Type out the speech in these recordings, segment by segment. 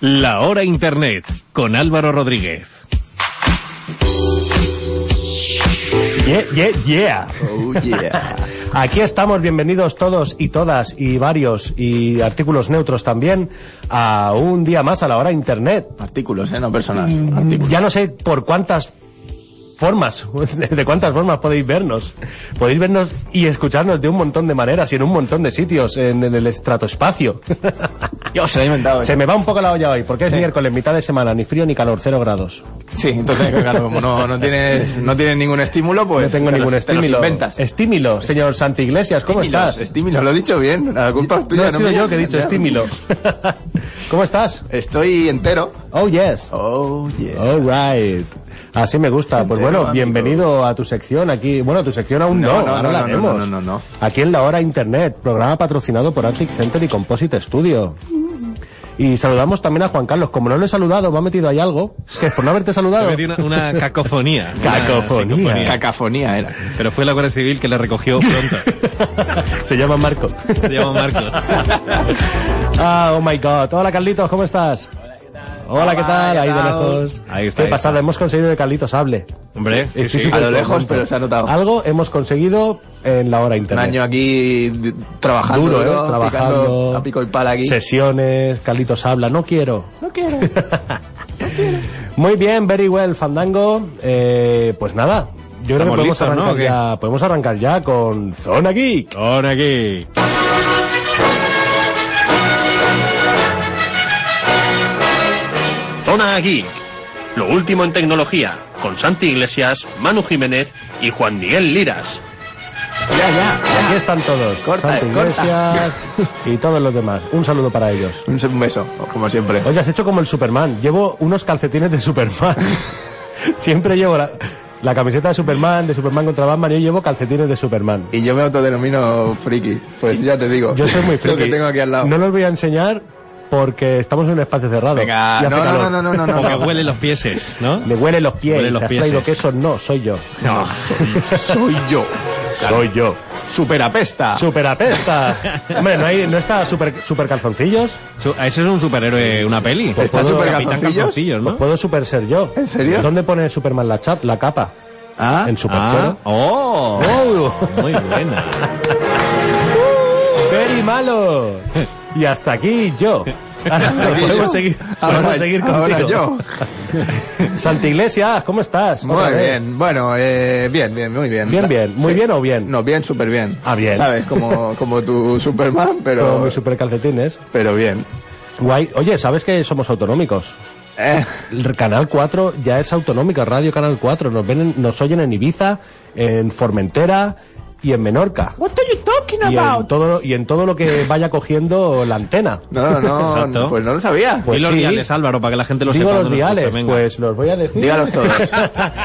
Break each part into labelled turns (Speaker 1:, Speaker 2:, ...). Speaker 1: La hora internet con Álvaro Rodríguez.
Speaker 2: Yeah, yeah, yeah.
Speaker 3: Oh, yeah.
Speaker 2: Aquí estamos, bienvenidos todos y todas y varios y artículos neutros también a un día más a la hora internet. Mm,
Speaker 3: Artículos, ¿eh? No personas. Artículos.
Speaker 2: Ya no sé por cuántas formas, de cuántas formas podéis vernos. Podéis vernos y escucharnos de un montón de maneras y en un montón de sitios, en el estratospacio.
Speaker 3: Yo se lo he inventado. ¿eh?
Speaker 2: Se me va un poco la olla hoy, porque es
Speaker 3: Sí.
Speaker 2: miércoles, mitad de semana, ni frío ni calor, cero grados.
Speaker 3: Sí, entonces, claro, como no, no, tienes, no tienes ningún estímulo, pues.
Speaker 2: No tengo
Speaker 3: te
Speaker 2: ningún
Speaker 3: los- te los
Speaker 2: estímulo.
Speaker 3: inventas.
Speaker 2: Estímulo, señor Santi Iglesias, ¿cómo
Speaker 3: Estímulos,
Speaker 2: estás?
Speaker 3: Estímulos, lo he dicho bien. La culpa es tuya.
Speaker 2: No, he sido
Speaker 3: mía.
Speaker 2: yo que he dicho
Speaker 3: Ya.
Speaker 2: estímulo. ¿Cómo estás?
Speaker 3: Estoy entero.
Speaker 2: Oh, yes.
Speaker 3: Oh, yeah.
Speaker 2: All right. Así me gusta. Pues
Speaker 3: Entero,
Speaker 2: bueno,
Speaker 3: amigo.
Speaker 2: bienvenido a tu sección aquí. Bueno, a tu sección aún no,
Speaker 3: No, no, no,
Speaker 2: ahora la
Speaker 3: no, no,
Speaker 2: vemos.
Speaker 3: no, no, no.
Speaker 2: Aquí en La Hora Internet, programa patrocinado por Arctic Center y Composite Studio. Y saludamos también a Juan Carlos. Como no lo he saludado, me ha metido ahí algo. Es que por no haberte
Speaker 1: He
Speaker 2: saludado.
Speaker 1: metido una, una cacofonía. Una
Speaker 2: Cacofonía.
Speaker 1: sincofonía.
Speaker 3: Cacafonía era.
Speaker 1: Pero fue la Guardia Civil que la recogió pronto.
Speaker 2: Se llama Marco.
Speaker 1: Se llama Marcos.
Speaker 2: Ah, oh my god. Hola Carlitos, ¿cómo estás? Hola, ¿qué tal?
Speaker 3: Hola,
Speaker 2: Ahí
Speaker 3: ¿qué
Speaker 2: de
Speaker 3: tal?
Speaker 2: lejos.
Speaker 1: Ahí está,
Speaker 2: Qué
Speaker 1: ahí
Speaker 2: pasada, hemos conseguido que Carlitos hable.
Speaker 1: Hombre,
Speaker 2: Estoy
Speaker 3: A
Speaker 2: súper
Speaker 3: lo lejos,
Speaker 2: contento.
Speaker 3: pero se ha notado.
Speaker 2: Algo hemos conseguido en la hora
Speaker 3: Un
Speaker 2: internet.
Speaker 3: año aquí d- trabajando,
Speaker 2: Duro, ¿eh?
Speaker 3: duro,
Speaker 2: Trabajando.
Speaker 3: picando a pico y pala aquí.
Speaker 2: Sesiones, Carlitos habla, no quiero. No quiero. Muy bien, very well, Fandango. Eh, pues nada, yo creo que
Speaker 1: Estamos
Speaker 2: podemos,
Speaker 1: listos, ¿no?
Speaker 2: arrancar
Speaker 1: ¿O qué?
Speaker 2: ya, podemos arrancar ya con Zona Geek.
Speaker 1: ahora aquí.
Speaker 4: Zona Geek. Lo último en tecnología, con Santi Iglesias, Manu Jiménez y Juan Miguel Liras.
Speaker 3: Ya, ya.
Speaker 2: Aquí están todos.
Speaker 3: Corta,
Speaker 2: Santi
Speaker 3: corta.
Speaker 2: Iglesias y todos los demás. Un saludo para ellos.
Speaker 3: Un, un beso, como siempre.
Speaker 2: Oye, has hecho como el Superman. Llevo unos calcetines de Superman. Siempre llevo la, la camiseta de Superman, de Superman contra Batman, y yo llevo calcetines de Superman.
Speaker 3: Y yo me autodenomino friki. Pues ya te digo.
Speaker 2: Yo soy muy
Speaker 3: Lo que
Speaker 2: friki.
Speaker 3: tengo aquí al lado.
Speaker 2: No los voy a enseñar porque estamos en un espacio cerrado.
Speaker 3: Venga,
Speaker 2: Y hace
Speaker 3: no, no,
Speaker 2: calor.
Speaker 3: no, no, no, no,
Speaker 1: Porque
Speaker 3: no.
Speaker 1: huele los pieses, ¿no?
Speaker 2: Me huele los pies.
Speaker 1: Huele los
Speaker 2: ¿Has
Speaker 1: pies.
Speaker 2: traído queso? No, soy yo.
Speaker 1: No.
Speaker 3: Soy yo.
Speaker 2: Soy yo.
Speaker 3: Superapesta.
Speaker 2: Super apesta. Hombre, ¿no, hay, no está super, super calzoncillos?
Speaker 1: Su- ¿a ¿Eso es un superhéroe, Eh, una peli?
Speaker 3: ¿Está
Speaker 1: Puedo-
Speaker 3: super
Speaker 1: Capitán
Speaker 3: calzoncillos?
Speaker 1: Calzoncillos,
Speaker 2: Pues
Speaker 1: ¿no?
Speaker 2: puedo super ser yo.
Speaker 3: ¿En serio?
Speaker 2: ¿Dónde pone Superman la, chap, la capa?
Speaker 3: Ah,
Speaker 2: En Super
Speaker 1: Ah,
Speaker 2: Chero.
Speaker 1: oh,
Speaker 2: Oh.
Speaker 1: muy buena.
Speaker 2: Very malo. Y hasta aquí yo. Ahora
Speaker 3: aquí yo.
Speaker 2: podemos seguir,
Speaker 3: Ahora-
Speaker 2: podemos seguir contigo.
Speaker 3: ahora yo.
Speaker 2: Santi Iglesias, ¿cómo estás?
Speaker 3: Muy
Speaker 2: Otra vez.
Speaker 3: bien, bueno, eh, bien, bien, muy bien.
Speaker 2: Bien, bien. ¿Muy bien o bien?
Speaker 3: No, bien, súper bien.
Speaker 2: Ah, bien.
Speaker 3: Sabes, como, como tu Superman,
Speaker 2: Pero...
Speaker 3: pero,
Speaker 2: mis super calcetines.
Speaker 3: pero bien.
Speaker 2: Guay. Oye, ¿sabes que somos autonómicos?
Speaker 3: Eh,
Speaker 2: El Canal 4 ya es autonómica, Radio Canal 4. Nos, ven, en- nos oyen en Ibiza, en Formentera y en Menorca. What are you talking about? Y en todo, y en todo lo que vaya cogiendo la antena.
Speaker 3: no, no,
Speaker 1: Exacto.
Speaker 3: no, pues no lo sabía.
Speaker 2: Pues
Speaker 1: y los
Speaker 2: sí.
Speaker 1: diales, Álvaro, para que la gente lo
Speaker 2: Digo
Speaker 1: sepa.
Speaker 2: los
Speaker 1: dónde
Speaker 2: diales,
Speaker 1: escucha. Venga.
Speaker 2: pues los voy a decir.
Speaker 3: Dígalos todos.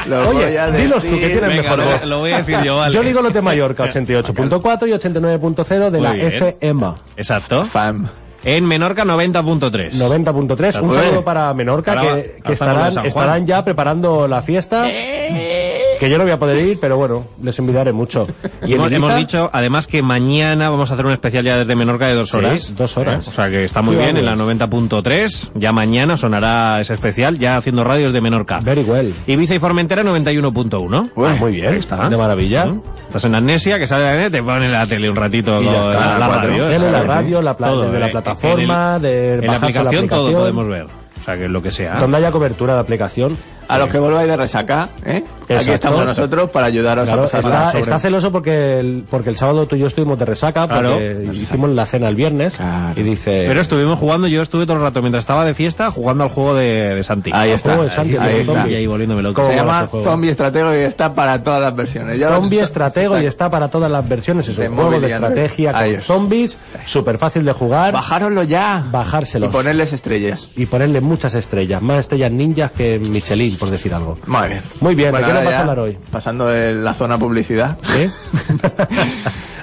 Speaker 3: Los
Speaker 2: Oye,
Speaker 3: voy a
Speaker 2: dilos tú, que
Speaker 3: decir.
Speaker 2: tienes
Speaker 1: Venga,
Speaker 2: mejor
Speaker 1: lo-
Speaker 2: voz.
Speaker 1: Lo voy a decir yo, vale.
Speaker 2: Yo digo los de Mallorca, 88.4 y 89.0 de la
Speaker 1: Muy bien.
Speaker 2: FM.
Speaker 1: Exacto.
Speaker 3: Fam.
Speaker 1: En Menorca 90.3.
Speaker 2: 90.3. Un
Speaker 1: Muy bien.
Speaker 2: saludo para Menorca,
Speaker 1: Ahora va-
Speaker 2: que,
Speaker 1: hasta luego de
Speaker 2: que
Speaker 1: San
Speaker 2: estarán,
Speaker 1: Juan.
Speaker 2: estarán ya preparando la fiesta. Que yo no voy a poder ir, pero bueno, les envidiaré mucho.
Speaker 1: Y
Speaker 2: en
Speaker 1: hemos,
Speaker 2: Ibiza,
Speaker 1: hemos dicho, además, que mañana vamos a hacer un especial ya desde Menorca de dos
Speaker 2: Sí,
Speaker 1: horas.
Speaker 2: dos horas.
Speaker 1: ¿Eh? O sea que está muy
Speaker 2: Sí,
Speaker 1: bien, en la
Speaker 2: vamos.
Speaker 1: 90.3. Ya mañana sonará ese especial, ya haciendo radios de Menorca.
Speaker 2: Very well.
Speaker 1: Ibiza y Formentera 91.1.
Speaker 2: Ah, muy bien,
Speaker 1: está.
Speaker 2: de maravilla.
Speaker 1: Ujú. Estás en Amnesia, que sale la net, te ponen la tele un ratito.
Speaker 2: Y ya
Speaker 1: con
Speaker 2: está,
Speaker 1: la, la
Speaker 2: cuatro.
Speaker 1: radio, ¿eh?
Speaker 2: Tele, la
Speaker 1: ¿sabes?
Speaker 2: radio, la pla- desde la
Speaker 1: eh,
Speaker 2: plataforma,
Speaker 1: en
Speaker 2: de
Speaker 1: en la
Speaker 2: bajarse la
Speaker 1: aplicación, todo
Speaker 2: aplicación.
Speaker 1: podemos ver. O sea que lo que sea.
Speaker 2: Donde haya cobertura de aplicación.
Speaker 3: A los que volváis de resaca, ¿eh? aquí
Speaker 2: Exacto.
Speaker 3: estamos nosotros para ayudaros
Speaker 2: Claro,
Speaker 3: a pasar
Speaker 2: está,
Speaker 3: sobre...
Speaker 2: está celoso porque el, porque el sábado tú y yo estuvimos de resaca, porque hicimos la cena el viernes
Speaker 3: Claro.
Speaker 2: y dice...
Speaker 1: Pero estuvimos jugando, yo estuve todo el rato mientras estaba de fiesta jugando al juego de, de Santi.
Speaker 3: Ahí
Speaker 2: el
Speaker 3: está,
Speaker 2: juego de Santi,
Speaker 3: ahí
Speaker 2: de
Speaker 3: está.
Speaker 1: Y
Speaker 2: zombies.
Speaker 1: ahí volviéndome loco.
Speaker 2: ¿Cómo
Speaker 3: Se
Speaker 2: mola
Speaker 3: llama
Speaker 2: ese juego?
Speaker 3: Zombie Estratego y está para todas las versiones. Ya lo-
Speaker 2: Zombie Estratego y
Speaker 3: Exacto.
Speaker 2: está para todas las versiones. Es
Speaker 3: De
Speaker 2: un juego de
Speaker 3: móvil y Android.
Speaker 2: estrategia con
Speaker 3: Ahí es.
Speaker 2: zombies, súper fácil de jugar,
Speaker 3: Bajároslo ya.
Speaker 2: bajárselos.
Speaker 3: Y ponerles estrellas.
Speaker 2: y ponerle muchas estrellas, más estrellas ninjas que Michelin, por decir algo.
Speaker 3: Muy bien.
Speaker 2: Muy bien, ¿de qué nos
Speaker 3: ahora
Speaker 2: vas a
Speaker 3: ya,
Speaker 2: hablar hoy?
Speaker 3: Pasando de la zona publicidad.
Speaker 2: ¿Sí?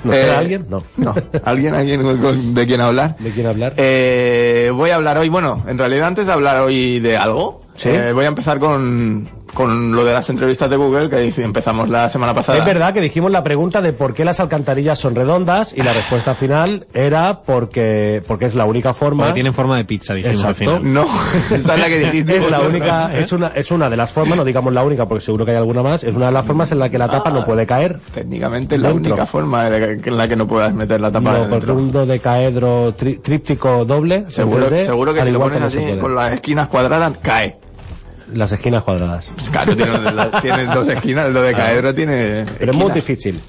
Speaker 2: ¿Nos
Speaker 3: Eh,
Speaker 2: queda alguien? No.
Speaker 3: No. ¿Alguien, alguien con- con- de quién hablar?
Speaker 2: ¿De quién hablar?
Speaker 3: Eh, voy a hablar hoy, bueno, en realidad antes de hablar hoy de algo,
Speaker 2: Sí.
Speaker 3: eh, voy a empezar con, con lo de las entrevistas de Google que hice- empezamos la semana pasada.
Speaker 2: Es verdad que dijimos la pregunta de por qué las alcantarillas son redondas y
Speaker 3: Ah.
Speaker 2: la respuesta final era porque, porque es la única forma.
Speaker 1: Porque tienen forma de pizza, dijimos
Speaker 2: Exacto.
Speaker 1: al final.
Speaker 3: No, esa es la que dijiste.
Speaker 2: es la
Speaker 3: vosotros.
Speaker 2: única, es una, es una de las formas, no digamos la única porque seguro que hay alguna más, es una de las formas en la que la tapa no puede caer.
Speaker 3: Técnicamente es la
Speaker 2: Dentro.
Speaker 3: única forma de que- en la que no puedas meter la tapa
Speaker 2: No,
Speaker 3: de
Speaker 2: porque
Speaker 3: dentro.
Speaker 2: un dodecaedro tri- tríptico doble,
Speaker 3: Seguro,
Speaker 2: 3D,
Speaker 3: seguro que
Speaker 2: al
Speaker 3: si lo
Speaker 2: igual
Speaker 3: pones
Speaker 2: no se
Speaker 3: así
Speaker 2: puede.
Speaker 3: con las esquinas cuadradas, cae.
Speaker 2: las esquinas cuadradas.
Speaker 3: Pues claro, tiene, la- tiene dos esquinas, el dodecaedro tiene.
Speaker 2: Pero es muy
Speaker 3: esquinas.
Speaker 2: difícil.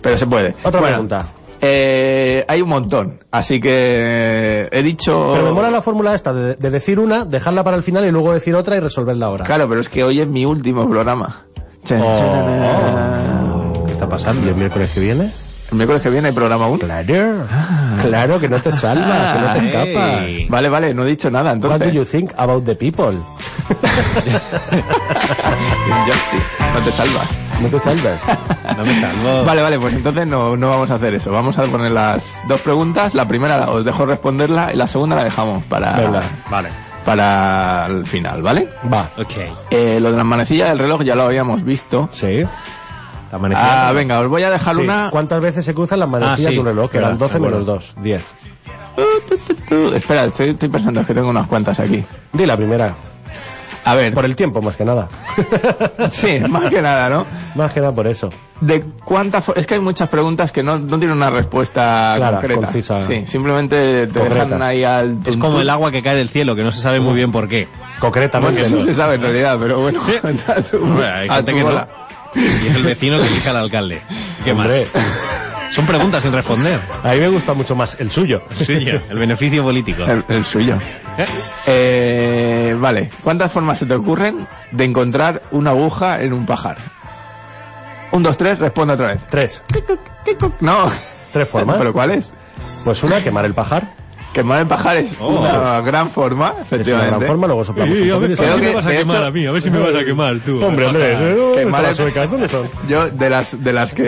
Speaker 3: Pero se puede.
Speaker 2: Otra pregunta.
Speaker 3: eh, hay un montón, así que eh, he dicho.
Speaker 2: Pero me mola la fórmula esta de, de decir una, dejarla para el final y luego decir otra y resolverla ahora.
Speaker 3: Claro, pero es que hoy es mi último programa. Chan,
Speaker 2: Oh.
Speaker 3: chan, na, na.
Speaker 2: ¿Qué está pasando? ¿Y el miércoles que viene?
Speaker 3: El miércoles que viene hay programa aún.
Speaker 2: Claro. Claro, que no te salvas, que no te escapas.
Speaker 1: Ey.
Speaker 3: Ah. Vale, vale, no he dicho nada
Speaker 2: What do you
Speaker 3: entonces.
Speaker 2: think about the people?
Speaker 3: Injustice, no te salvas.
Speaker 2: No te salvas.
Speaker 1: No me salvo.
Speaker 3: Vale, vale, pues entonces no, no vamos a hacer eso. Vamos a poner las dos preguntas. La primera os dejo responderla y la segunda la dejamos para,
Speaker 2: Venga.
Speaker 1: Vale.
Speaker 3: para el final, ¿vale?
Speaker 2: Va.
Speaker 1: Ok.
Speaker 3: Eh, lo de las manecillas del reloj ya lo habíamos visto.
Speaker 2: Sí.
Speaker 1: Está amaneciendo.
Speaker 3: Ah, venga, os voy a dejar
Speaker 2: Sí.
Speaker 3: una.
Speaker 2: ¿Cuántas veces se cruzan las manecillas
Speaker 1: Ah, sí.
Speaker 2: de un reloj? Que
Speaker 1: Verdad,
Speaker 2: eran 12
Speaker 1: es bueno.
Speaker 2: menos 2. 10.
Speaker 3: Espera, estoy, estoy pensando, es que tengo unas cuantas aquí.
Speaker 2: Di la primera.
Speaker 3: A ver,
Speaker 2: Por el tiempo, más que nada.
Speaker 3: sí, más que nada, ¿no?
Speaker 2: más que nada por eso.
Speaker 3: De cuánta fo- es que hay muchas preguntas que no, no tienen una respuesta
Speaker 2: Clara,
Speaker 3: concreta.
Speaker 2: concisa.
Speaker 3: Sí, simplemente te dejan
Speaker 2: Concretas.
Speaker 3: ahí al
Speaker 1: Es
Speaker 3: tuntún.
Speaker 1: como el agua que cae del cielo, que no se sabe muy bien por qué.
Speaker 3: Porque
Speaker 2: Concretamente.
Speaker 3: eso
Speaker 2: ¿no?
Speaker 3: se sabe en realidad, pero bueno. a tu-
Speaker 1: Bueno, hay
Speaker 3: a
Speaker 1: gente
Speaker 3: tu
Speaker 1: que no.
Speaker 3: bola.
Speaker 1: Y es el vecino que fija al alcalde. ¿Qué más?
Speaker 2: Hombre.
Speaker 1: Son preguntas sin responder.
Speaker 2: A mí me gusta mucho más el suyo.
Speaker 1: Sí, ya, el beneficio político.
Speaker 3: El, el suyo. Eh, vale, ¿cuántas formas se te ocurren de encontrar una aguja en un pajar? Un, dos, tres, responde otra vez.
Speaker 2: Tres.
Speaker 3: No.
Speaker 2: Tres formas.
Speaker 3: ¿Pero cuál es?
Speaker 2: Pues una, quemar el pajar.
Speaker 3: Quemar el pajar es
Speaker 1: Oh.
Speaker 3: una gran forma,
Speaker 2: Es una
Speaker 3: efectivamente.
Speaker 2: gran forma, luego soplamos
Speaker 1: Sí,
Speaker 2: un
Speaker 1: a ver,
Speaker 2: poquito
Speaker 1: a
Speaker 2: y
Speaker 3: Creo
Speaker 1: ver si
Speaker 3: que,
Speaker 1: me vas a
Speaker 3: de
Speaker 1: quemar
Speaker 3: hecho- eh,
Speaker 1: a mí, a ver si me vas a quemar tú.
Speaker 2: Hombre, Andrés, ¿eh? ¿Dónde
Speaker 3: Quemar
Speaker 2: están
Speaker 3: el-
Speaker 2: las suecas? ¿Dónde son?
Speaker 3: Yo, de las, de las que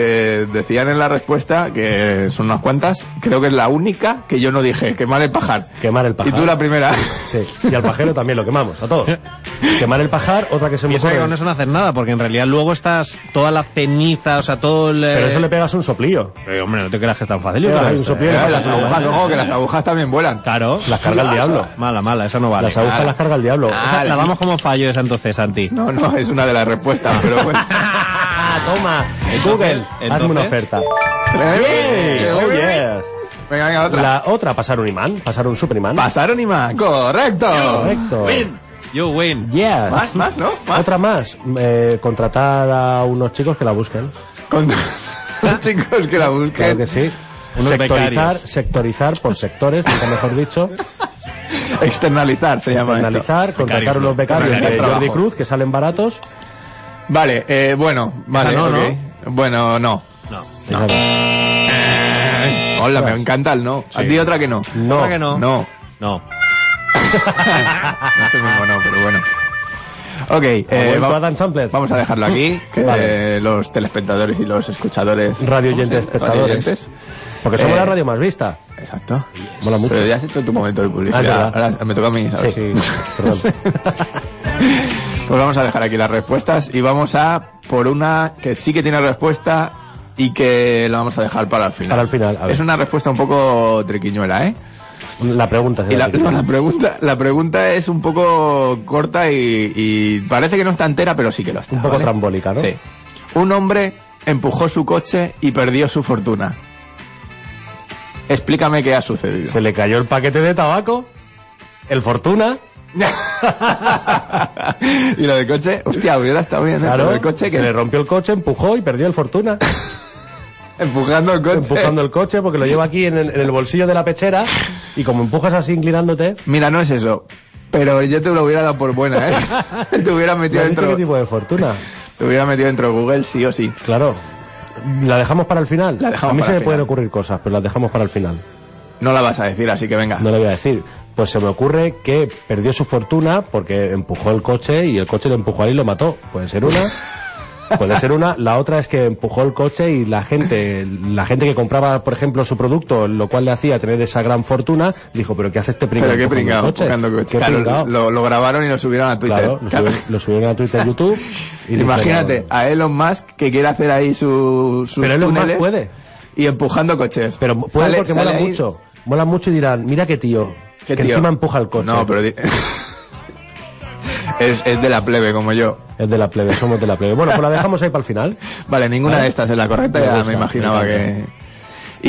Speaker 3: decían en la respuesta, que son unas cuantas, creo que es la única que yo no dije, quemar el pajar.
Speaker 2: Quemar el pajar.
Speaker 3: Y tú la primera.
Speaker 2: Sí. Y al pajero también lo quemamos, a todos. Quemar el pajar, otra que se
Speaker 1: Y
Speaker 2: me
Speaker 1: eso que
Speaker 2: ocurre.
Speaker 1: con eso no hacer nada, porque en realidad luego estás toda la ceniza, o sea, todo el...
Speaker 3: Eh,
Speaker 2: Pero eso le pegas un soplío.
Speaker 1: Pero, hombre, no te creas que es tan fácil. Yo
Speaker 2: Pegas
Speaker 1: creo
Speaker 2: ahí
Speaker 1: que
Speaker 2: un
Speaker 1: esto-
Speaker 2: soplío y le
Speaker 3: Eh,
Speaker 2: pasas
Speaker 3: las
Speaker 2: una
Speaker 3: agujas,
Speaker 2: mano.
Speaker 3: ojo, que las agujas también vuelan.
Speaker 1: Claro.
Speaker 2: Las carga el diablo.
Speaker 1: Mala, mala, esa no vale.
Speaker 2: Las agujas las carga el diablo.
Speaker 1: O sea,
Speaker 3: Ah,
Speaker 1: la damos como fallo esa entonces, Santi.
Speaker 3: No, no, es una de las respuestas, pero bueno.
Speaker 2: Ah, toma. Google, hazme
Speaker 1: entonces-
Speaker 2: una oferta.
Speaker 3: Bien,
Speaker 2: Oh,
Speaker 3: bien.
Speaker 2: yes.
Speaker 3: Venga, venga, otra.
Speaker 2: La otra, pasar un imán, pasar un superimán.
Speaker 3: Pasaron imán, correcto.
Speaker 2: Correcto.
Speaker 3: Bien.
Speaker 1: You win.
Speaker 2: Yes.
Speaker 3: Más, más, ¿no? Más.
Speaker 2: Otra más, eh, contratar a unos chicos que la busquen.
Speaker 3: Con chicos que la busquen.
Speaker 2: Claro que sí.
Speaker 1: Unos
Speaker 2: sectorizar,
Speaker 1: becarios.
Speaker 2: sectorizar por sectores, nunca mejor dicho.
Speaker 3: Externalizar se llama esto.
Speaker 2: Analizar, contratar
Speaker 1: Becarios,
Speaker 2: unos becarios
Speaker 3: becarios de
Speaker 2: de Jordi
Speaker 3: trabajo.
Speaker 2: Cruz que salen baratos.
Speaker 3: Vale, eh, bueno, vale,
Speaker 1: no, ¿no?
Speaker 3: ok. Bueno, no. Eh,
Speaker 2: Esa-
Speaker 3: Hola, me encanta el no. A ti otra que no.
Speaker 2: No.
Speaker 1: Otra que no.
Speaker 3: No.
Speaker 1: No.
Speaker 3: No sé mismo no, pero bueno. Ok, eh,
Speaker 2: vuelto
Speaker 3: va-
Speaker 2: Adam Sampler.
Speaker 3: vamos a dejarlo aquí, que
Speaker 2: Vale.
Speaker 3: eh, los telespectadores y los escuchadores...
Speaker 2: Radio oyentes,
Speaker 3: ¿cómo se llama? Radio
Speaker 2: espectadores.
Speaker 3: oyentes.
Speaker 2: Porque somos
Speaker 3: Eh,
Speaker 2: la radio más vista.
Speaker 3: Exacto.
Speaker 2: Mola mucho.
Speaker 3: Pero ya has hecho tu momento
Speaker 2: Ah,
Speaker 3: de
Speaker 2: es
Speaker 3: publicidad.
Speaker 2: verdad.
Speaker 3: Ahora me toca a mí. a
Speaker 2: Sí,
Speaker 3: ver.
Speaker 2: sí, perdón.
Speaker 3: Pues vamos a dejar aquí las respuestas y vamos a por una que sí que tiene respuesta y que la vamos a dejar para el final.
Speaker 2: Para el final, a ver.
Speaker 3: Es una respuesta un poco triquiñuela, ¿eh?
Speaker 2: La pregunta
Speaker 3: Y
Speaker 2: será
Speaker 3: la,
Speaker 2: aquí.
Speaker 3: no, la pregunta, la pregunta es un poco corta y, y parece que no está entera, pero sí que lo está.
Speaker 2: Un poco
Speaker 3: ¿vale?
Speaker 2: trambólica, ¿no?
Speaker 3: Sí. Un hombre empujó su coche y perdió su fortuna. Explícame qué ha sucedido.
Speaker 2: Se le cayó el paquete de tabaco, el Fortuna
Speaker 3: y lo del coche, hostia, hubiera estado bien, ¿eh?
Speaker 2: Claro,
Speaker 3: Lo del coche
Speaker 2: se le
Speaker 3: que
Speaker 2: rompió el coche, empujó y perdió el fortuna.
Speaker 3: empujando el coche.
Speaker 2: empujando el coche porque lo lleva aquí en el, en el bolsillo de la pechera y como empujas así inclinándote...
Speaker 3: Mira, no es eso. Pero yo te lo hubiera dado por buena, ¿eh? te hubiera
Speaker 2: ¿me
Speaker 3: metido
Speaker 2: has dicho
Speaker 3: dentro.
Speaker 2: qué tipo de fortuna?
Speaker 3: Te hubiera metido dentro de Google, sí o sí.
Speaker 2: Claro. ¿La dejamos para el final?
Speaker 3: La dejamos
Speaker 2: a mí
Speaker 3: para
Speaker 2: se
Speaker 3: el
Speaker 2: me pueden
Speaker 3: final.
Speaker 2: ocurrir cosas, pero las dejamos para el final.
Speaker 3: No la vas a decir, así que venga.
Speaker 2: No le voy a decir. Pues se me ocurre que perdió su fortuna porque empujó el coche y el coche lo empujó a él y lo mató. Puede ser una. Puede ser una. La otra es que empujó el coche y la gente, la gente que compraba, por ejemplo, su producto, lo cual le hacía tener esa gran fortuna, dijo, pero ¿qué hace este pringao?
Speaker 3: Pero qué
Speaker 2: empujando el
Speaker 3: pringado,
Speaker 2: coche?
Speaker 3: empujando coche.
Speaker 2: Qué
Speaker 3: Claro,
Speaker 2: pringao.
Speaker 3: lo, lo grabaron y lo subieron a Twitter.
Speaker 2: Claro, lo
Speaker 3: Claro.
Speaker 2: subieron, lo subieron a Twitter, YouTube. y
Speaker 3: Imagínate
Speaker 2: dijeron,
Speaker 3: a Elon Musk que quiere hacer ahí su, sus
Speaker 2: Pero Elon Musk
Speaker 3: túneles
Speaker 2: puede.
Speaker 3: Y empujando coches.
Speaker 2: pero puede
Speaker 3: Sale-
Speaker 2: porque
Speaker 3: sale
Speaker 2: mola
Speaker 3: ahí-
Speaker 2: mucho. Mola mucho y dirán, mira qué tío.
Speaker 3: ¿Qué
Speaker 2: que
Speaker 3: tío?
Speaker 2: encima empuja el coche.
Speaker 3: No, pero... di- es, es de la plebe, como yo.
Speaker 2: Es de la plebe, somos de la plebe. Bueno, pues la dejamos ahí para el final.
Speaker 3: Vale, ninguna de estas es la correcta,
Speaker 2: Me
Speaker 3: ya
Speaker 2: gusta,
Speaker 3: me imaginaba
Speaker 2: me
Speaker 3: que...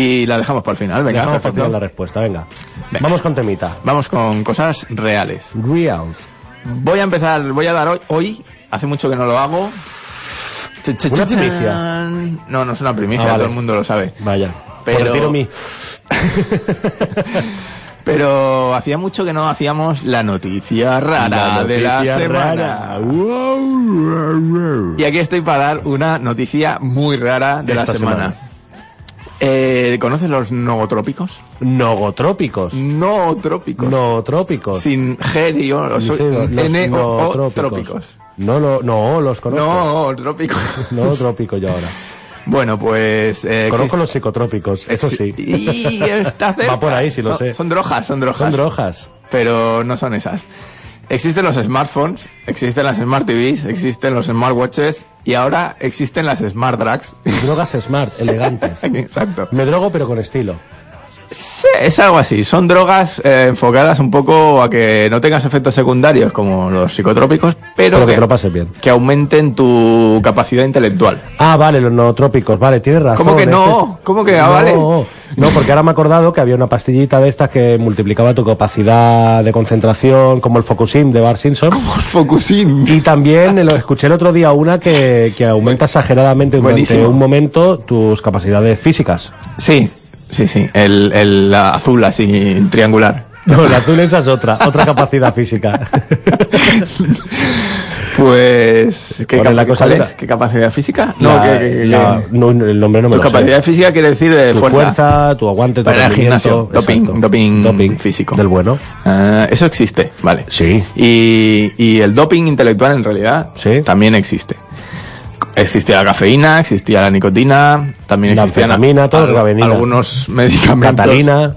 Speaker 3: Y la dejamos para el final, venga.
Speaker 2: Dejamos para el
Speaker 3: perfecto.
Speaker 2: final la respuesta, venga.
Speaker 3: Venga.
Speaker 2: Vamos con temita.
Speaker 3: Vamos con cosas reales.
Speaker 2: Reals.
Speaker 3: Voy a empezar, voy a dar hoy, hoy hace mucho que no lo hago. Ch- ch-
Speaker 2: ¿Una
Speaker 3: ch- chan.
Speaker 2: primicia?
Speaker 3: No, no es una primicia,
Speaker 2: Ah, vale.
Speaker 3: todo el mundo lo sabe.
Speaker 2: Vaya.
Speaker 3: Pero-
Speaker 2: Pues retiro mi-
Speaker 3: Pero hacía mucho que no hacíamos la noticia rara de la
Speaker 2: noticia
Speaker 3: semana.
Speaker 2: rara. Wow.
Speaker 3: Y aquí estoy para dar una noticia muy rara de
Speaker 2: Esta
Speaker 3: la semana.
Speaker 2: semana.
Speaker 3: Eh, ¿Conoces los nootrópicos?
Speaker 2: Nogotrópicos.
Speaker 3: Nootrópicos.
Speaker 2: Nogotrópicos.
Speaker 3: Sin G, digo, o
Speaker 2: Sí,
Speaker 3: soy-
Speaker 2: sí, los
Speaker 3: N-O-O-trópicos.
Speaker 2: No, lo- no, los conozco.
Speaker 3: Nootrópicos.
Speaker 2: Nootrópicos yo ahora.
Speaker 3: Bueno, pues... eh,
Speaker 2: Conozco
Speaker 3: existe-
Speaker 2: los psicotrópicos, eso sí.
Speaker 3: Y está cerca.
Speaker 2: Va por ahí, sí lo
Speaker 3: Son-
Speaker 2: sé.
Speaker 3: Son drogas, son drogas.
Speaker 2: Son drogas.
Speaker 3: Pero no son esas. Existen los smartphones, existen las smart TVs, existen los smartwatches y ahora existen las smart drugs.
Speaker 2: Drogas smart, elegantes.
Speaker 3: Exacto.
Speaker 2: Me drogo pero con estilo.
Speaker 3: Sí, es algo así. Son drogas eh, enfocadas un poco a que no tengas efectos secundarios como los psicotrópicos, pero,
Speaker 2: Pero que te lo pases bien.
Speaker 3: que aumenten tu capacidad intelectual.
Speaker 2: Ah, vale, los nootrópicos, vale, tienes razón.
Speaker 3: ¿Cómo que no?
Speaker 2: este-
Speaker 3: ¿Cómo que? Ah, vale.
Speaker 2: No, no, porque ahora me he acordado que había una pastillita de estas que multiplicaba tu capacidad de concentración, como el Focusim de Bar Simpson.
Speaker 3: Focusin.
Speaker 2: Y también eh, lo escuché el otro día una que, que aumenta exageradamente durante
Speaker 3: Buenísimo.
Speaker 2: un momento tus capacidades físicas.
Speaker 3: Sí, sí, sí. El, el azul así triangular.
Speaker 2: No, la azul esa es otra, otra capacidad física.
Speaker 3: Pues ¿qué,
Speaker 2: Pone la
Speaker 3: capa-
Speaker 2: cosa
Speaker 3: cuál
Speaker 2: dura.
Speaker 3: es? ¿Qué capacidad física? No,
Speaker 2: La-
Speaker 3: que, que- que-
Speaker 2: la- no, el nombre no me
Speaker 3: tu
Speaker 2: lo sé.
Speaker 3: capacidad física quiere decir de
Speaker 2: Tu
Speaker 3: fuerza.
Speaker 2: fuerza, tu aguante, tu
Speaker 3: Para el
Speaker 2: rendimiento,
Speaker 3: gimnasio, doping,
Speaker 2: exacto.
Speaker 3: doping físico.
Speaker 2: Del bueno.
Speaker 3: Ah, eso existe, vale.
Speaker 2: Sí.
Speaker 3: Y, y el doping intelectual en realidad
Speaker 2: Sí.
Speaker 3: también existe. Existía la cafeína, existía la nicotina, también
Speaker 2: La
Speaker 3: existían a-
Speaker 2: anfetamina, todo lo que venía.
Speaker 3: algunos medicamentos,
Speaker 2: Catalina,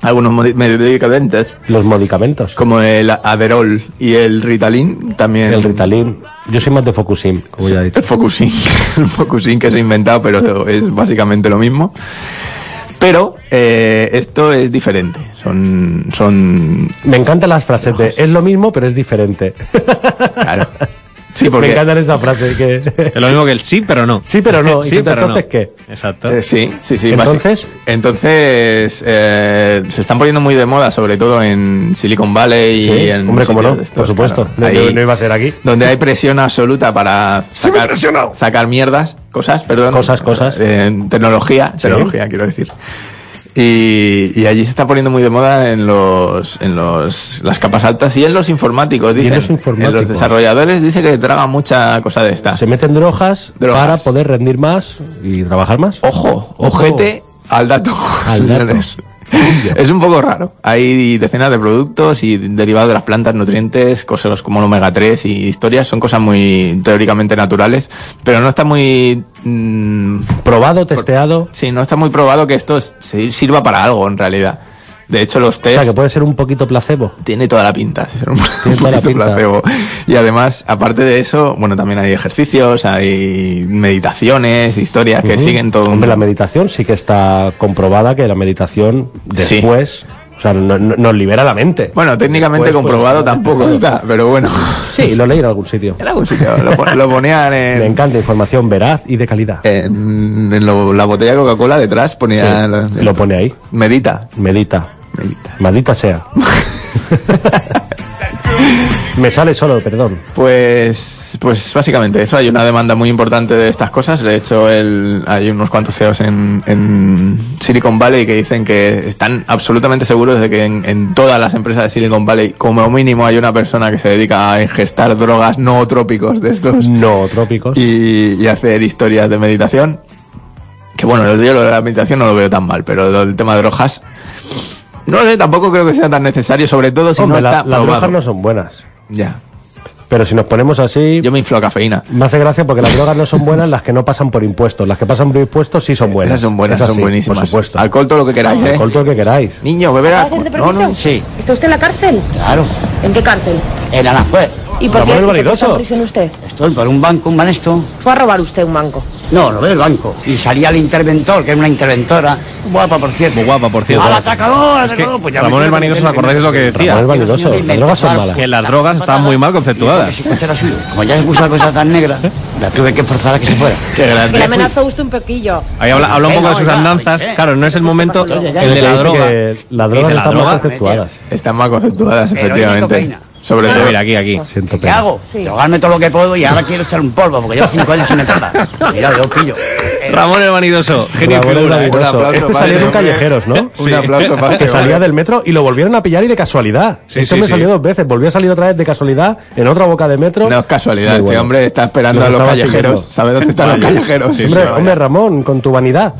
Speaker 3: algunos modi- medicamentos
Speaker 2: los medicamentos.
Speaker 3: como el Aderol y el Ritalin también
Speaker 2: El Ritalin. Yo soy más de Focusim, como ya he dicho.
Speaker 3: El Focusin, el Focusin que se ha inventado, pero es básicamente lo mismo. Pero eh, esto es diferente. Son, son,
Speaker 2: Me encantan las frases de es lo mismo, pero es diferente.
Speaker 3: claro. Sí,
Speaker 2: Me
Speaker 3: porque
Speaker 2: encantan esas frases que.
Speaker 1: Es lo mismo que el sí, pero no.
Speaker 2: Sí, pero no.
Speaker 1: Sí,
Speaker 2: Y tú,
Speaker 1: pero
Speaker 2: entonces,
Speaker 1: no.
Speaker 2: ¿qué?
Speaker 1: Exacto.
Speaker 3: eh, sí, sí, sí.
Speaker 2: Entonces-
Speaker 3: basi- entonces eh, se están poniendo muy de moda, sobre todo en Silicon Valley y
Speaker 2: Sí,
Speaker 3: en
Speaker 2: hombre, cómo
Speaker 3: sitios
Speaker 2: no,
Speaker 3: de estos,
Speaker 2: por supuesto.
Speaker 3: claro.
Speaker 2: No-
Speaker 3: Ahí-
Speaker 2: no, no iba a ser aquí.
Speaker 3: donde hay presión absoluta para sacar, sacar mierdas, cosas, perdón.
Speaker 2: Cosas, cosas.
Speaker 3: Eh, tecnología, tecnología quiero decir. Y, y allí se está poniendo muy de moda en los en los las capas altas y en los informáticos,
Speaker 2: en
Speaker 3: dicen.
Speaker 2: los informáticos.
Speaker 3: En los desarrolladores dice que traga mucha cosa de esta.
Speaker 2: Se meten drogas,
Speaker 3: Drogas.
Speaker 2: para poder rendir más y trabajar más.
Speaker 3: Ojo, ojete al dato.
Speaker 2: Al dato.
Speaker 3: señores. Es un poco raro. Hay decenas de productos y derivados de las plantas, nutrientes, cosas como el omega 3 y historias. Son cosas muy teóricamente naturales, pero no está muy. mm,
Speaker 2: Probado, testeado.
Speaker 3: sí, no está muy probado que esto se- sirva para algo en realidad. De hecho, los
Speaker 2: O
Speaker 3: test.
Speaker 2: sea, que puede ser un poquito placebo.
Speaker 3: Tiene toda la pinta. de ser un-
Speaker 2: Tiene
Speaker 3: un
Speaker 2: toda la
Speaker 3: poquito
Speaker 2: pinta.
Speaker 3: placebo. Y además, aparte de eso, bueno, también hay ejercicios, hay meditaciones, historias que
Speaker 2: Ujú.
Speaker 3: siguen todo un-
Speaker 2: Hombre, la meditación sí que está comprobada que la meditación
Speaker 3: Sí.
Speaker 2: después. O sea, no- no- nos libera la mente.
Speaker 3: Bueno, técnicamente
Speaker 2: Después, pues,
Speaker 3: comprobado tampoco está, pero bueno.
Speaker 2: Sí, lo leí en algún sitio.
Speaker 3: En algún sitio lo, pon- lo ponían
Speaker 2: Me
Speaker 3: en,
Speaker 2: encanta información veraz y de calidad.
Speaker 3: en- en lo- la botella de Coca-Cola detrás, ponía...
Speaker 2: Sí,
Speaker 3: la-
Speaker 2: lo pone ahí.
Speaker 3: Medita.
Speaker 2: Medita.
Speaker 3: Medita.
Speaker 2: Maldita sea. Me sale solo, perdón.
Speaker 3: Pues, pues básicamente eso, hay una demanda muy importante de estas cosas. De hecho, el, hay unos cuantos CEOs en, en Silicon Valley que dicen que están absolutamente seguros de que en, en todas las empresas de Silicon Valley, como mínimo, hay una persona que se dedica a ingestar drogas no trópicos de estos
Speaker 2: No, trópicos.
Speaker 3: y, y hacer historias de meditación. Que bueno, yo lo de la meditación no lo veo tan mal, pero lo del tema de drogas. No lo sé, tampoco creo que sea tan necesario, sobre todo si
Speaker 2: Hombre,
Speaker 3: no
Speaker 2: la-
Speaker 3: está
Speaker 2: las
Speaker 3: probado.
Speaker 2: drogas no son buenas.
Speaker 3: Ya.
Speaker 2: Pero si nos ponemos así,
Speaker 3: Yo me inflo a cafeína.
Speaker 2: me hace gracia porque las drogas no son buenas las que no pasan por impuestos. Las que pasan por impuestos sí son buenas.
Speaker 3: Eh, Esas son buenas,
Speaker 2: Esas
Speaker 3: son
Speaker 2: sí,
Speaker 3: buenísimas.
Speaker 2: Por supuesto.
Speaker 3: Alcohol todo lo que queráis, ¿eh?
Speaker 2: Alcohol todo el que queráis.
Speaker 3: Niño, beberá.
Speaker 5: ¿Está haciendo
Speaker 3: No, no,
Speaker 5: permiso?
Speaker 3: sí.
Speaker 5: ¿Está usted en la cárcel?
Speaker 1: Claro,
Speaker 5: ¿En qué cárcel?
Speaker 1: el Aranjuez.
Speaker 5: ¿Y por
Speaker 2: Ramón
Speaker 5: qué
Speaker 2: el
Speaker 5: por qué
Speaker 2: Vanidoso.
Speaker 5: está en prisión usted?
Speaker 1: Estoy por un banco, un manesto.
Speaker 5: Fue a robar usted un banco.
Speaker 1: No, lo veo el banco. Y salía el interventor, que era una interventora. Guapa, por cierto.
Speaker 6: Muy guapa, por cierto.
Speaker 1: Al atacador, al
Speaker 6: Es que
Speaker 1: atacador. pues ya
Speaker 6: Ramón
Speaker 1: me-
Speaker 6: el Vanidoso, ¿os acordáis de lo que decía?
Speaker 2: Ramón el Vanidoso, las drogas son malas.
Speaker 6: Que las drogas están muy mal conceptuadas.
Speaker 1: Y yo, que era suyo. Como ya se puso la cosa tan negra, la tuve que forzar a que se fuera.
Speaker 3: Qué
Speaker 5: Que le
Speaker 3: grande.
Speaker 5: amenazó usted un poquillo.
Speaker 6: Ahí habla, habla un
Speaker 1: Eh,
Speaker 6: poco de
Speaker 1: no,
Speaker 6: sus
Speaker 1: ya,
Speaker 6: andanzas.
Speaker 1: eh.
Speaker 6: Claro, no es el momento
Speaker 1: Oye, ya,
Speaker 6: el
Speaker 1: ya.
Speaker 6: de
Speaker 2: Dice
Speaker 6: la droga.
Speaker 2: que
Speaker 6: Y
Speaker 2: las drogas
Speaker 6: de la
Speaker 2: están
Speaker 6: droga.
Speaker 2: mal conceptuadas.
Speaker 3: Están mal conceptuadas,
Speaker 1: Pero es
Speaker 3: efectivamente.
Speaker 1: lidocaína.
Speaker 3: Sobre todo.
Speaker 6: Pero mira, aquí, aquí.
Speaker 2: Siento
Speaker 1: ¿Qué
Speaker 2: pena.
Speaker 1: hago?
Speaker 5: Sí.
Speaker 1: Drogarme todo lo que puedo y ahora quiero echar un polvo porque llevo cinco años sin entrar. Mira, yo pillo. Eh,
Speaker 6: Ramón el Vanidoso, genio y
Speaker 2: Ramón el
Speaker 6: figura. ¿eh?
Speaker 2: Vanidoso.
Speaker 3: Un aplauso,
Speaker 2: este
Speaker 3: padre,
Speaker 2: salió en
Speaker 3: hombre.
Speaker 2: Callejeros, ¿no?
Speaker 3: Un aplauso para
Speaker 2: Que salía del metro y lo volvieron a pillar y de casualidad.
Speaker 6: Sí,
Speaker 2: este
Speaker 6: sí,
Speaker 2: me
Speaker 6: sí.
Speaker 2: salió dos veces. Volvió a salir otra vez de casualidad en otra boca de metro.
Speaker 3: No es casualidad,
Speaker 2: Muy
Speaker 3: este
Speaker 2: bueno.
Speaker 3: hombre está esperando
Speaker 2: Los
Speaker 3: a los
Speaker 2: estaba
Speaker 3: callejeros.
Speaker 2: siguiendo.
Speaker 3: ¿Sabe dónde están los callejeros? Sí,
Speaker 2: hombre,
Speaker 3: sí,
Speaker 2: hombre, Ramón, con tu vanidad.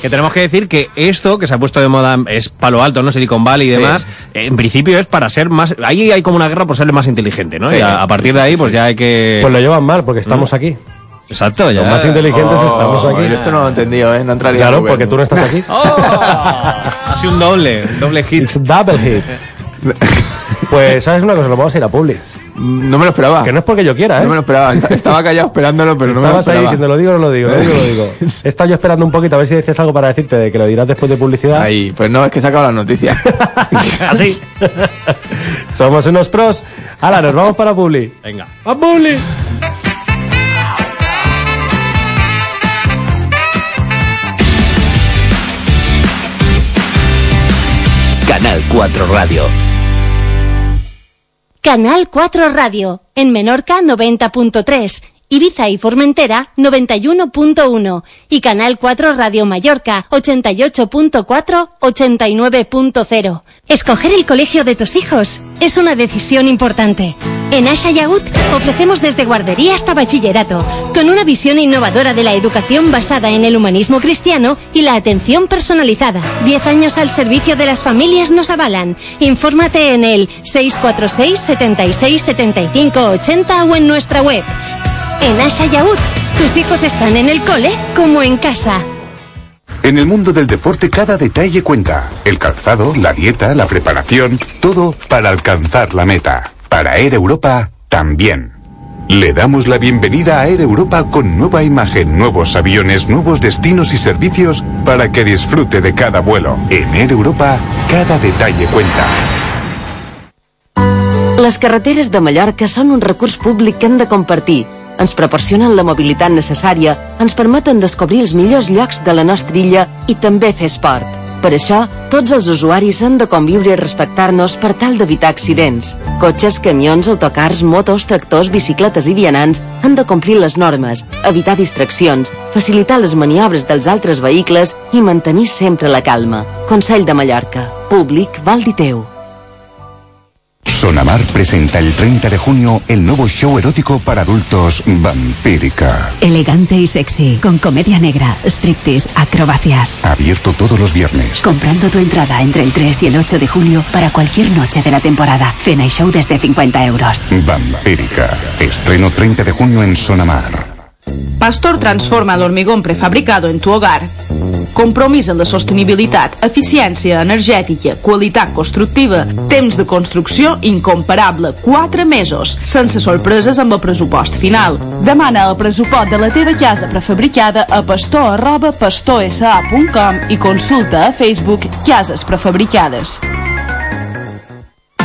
Speaker 6: que tenemos que decir que esto que se ha puesto de moda es Palo Alto, ¿no? Silicon Valley y
Speaker 3: Sí.
Speaker 6: demás. En principio es para ser más. Ahí hay como una guerra por ser más inteligente, ¿no?
Speaker 3: Sí,
Speaker 6: y a, a partir de ahí, pues ya hay que.
Speaker 2: Pues lo llevan mal porque estamos aquí.
Speaker 6: Exacto, ya.
Speaker 2: Los más inteligentes
Speaker 3: Oh,
Speaker 2: estamos
Speaker 3: yo
Speaker 2: aquí.
Speaker 3: esto no lo he entendido, ¿eh? No entraría en
Speaker 2: Claro,
Speaker 3: Google.
Speaker 2: porque tú no estás aquí.
Speaker 6: ¡Oh! Ha sido un doble, un doble hit.
Speaker 2: It's double hit. Pues, ¿sabes una cosa? Lo vamos a ir a Publi.
Speaker 3: No me lo esperaba.
Speaker 2: Que no es porque yo quiera, ¿eh?
Speaker 3: No me lo esperaba. Est- Estaba callado esperándolo, pero no me lo
Speaker 2: Estabas ahí
Speaker 3: esperaba.
Speaker 2: diciendo, lo digo o no lo digo, lo digo o no lo digo. He estado yo esperando un poquito a ver si dices algo para decirte de que lo dirás después de publicidad.
Speaker 3: Ahí, pues no, es que he sacado la noticia.
Speaker 6: Así.
Speaker 2: Somos unos pros. Ahora nos vamos para Publi.
Speaker 6: Venga.
Speaker 2: ¡A Publi!
Speaker 7: Canal 4 Radio.
Speaker 8: Canal 4 Radio, en Menorca 90.3, Ibiza y Formentera 91.1 y Canal 4 Radio Mallorca 88.4, 89.0.
Speaker 9: Escoger el colegio de tus hijos es una decisión importante. En Asha Yagut ofrecemos desde guardería hasta bachillerato, con una visión innovadora de la educación basada en el humanismo cristiano y la atención personalizada. Diez años al servicio de las familias nos avalan. Infórmate en el 646 76 75 80 o en nuestra web. En Asha Yagut, tus hijos están en el cole como en casa.
Speaker 10: En el mundo del deporte cada detalle cuenta. El calzado, la dieta, la preparación, todo para alcanzar la meta. Para Air Europa también. Le damos la bienvenida a Air Europa con nueva imagen, nuevos aviones, nuevos destinos y servicios para que disfrute de cada vuelo. En Air Europa cada detalle cuenta.
Speaker 9: Les carreteres de Mallorca són un recurs públic que hem de compartir. Ens proporcionen la mobilitat necessària, ens permeten descobrir els millors llocs de la nostra illa i també fer esport. Per això, tots els usuaris han de conviure i respectar-nos per tal d'evitar accidents. Cotxes, camions, autocars, motos, tractors, bicicletes i vianants han de complir les normes, evitar distraccions, facilitar les maniobres dels altres vehicles i mantenir sempre la calma. Consell de Mallorca. Públic, valdi teu.
Speaker 10: Sonamar presenta el 30 de junio el nuevo show erótico para adultos Vampírica.
Speaker 9: Elegante y sexy, con comedia negra, striptease, acrobacias.
Speaker 10: Abierto todos los viernes.
Speaker 9: Comprando tu entrada entre el 3 y el 8 de julio para cualquier noche de la temporada. Cena y show desde 50 euros.
Speaker 10: Vampírica. Estreno 30 de junio en Sonamar.
Speaker 11: Pastor transforma el hormigón prefabricado en tu hogar. Compromís en la sostenibilitat, eficiència energètica, qualitat constructiva, temps de construcció incomparable, 4 mesos, sense sorpreses amb el pressupost final. Demana el pressupost de la teva casa prefabricada a pastor arroba pastorsa.com i consulta a Facebook Cases Prefabricades.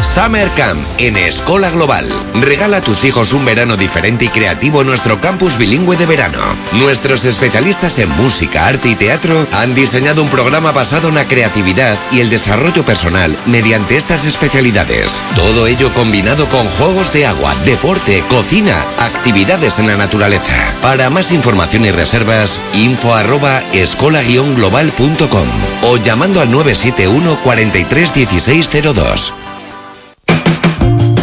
Speaker 12: Summer Camp en Escola Global. Regala a tus hijos un verano diferente y creativo en nuestro campus bilingüe de verano. Nuestros especialistas en música, arte y teatro han diseñado un programa basado en la creatividad y el desarrollo personal mediante estas especialidades. Todo ello combinado con juegos de agua, deporte, cocina, actividades en la naturaleza. Para más información y reservas, info arroba escola-global.com o llamando al 971 43 1602.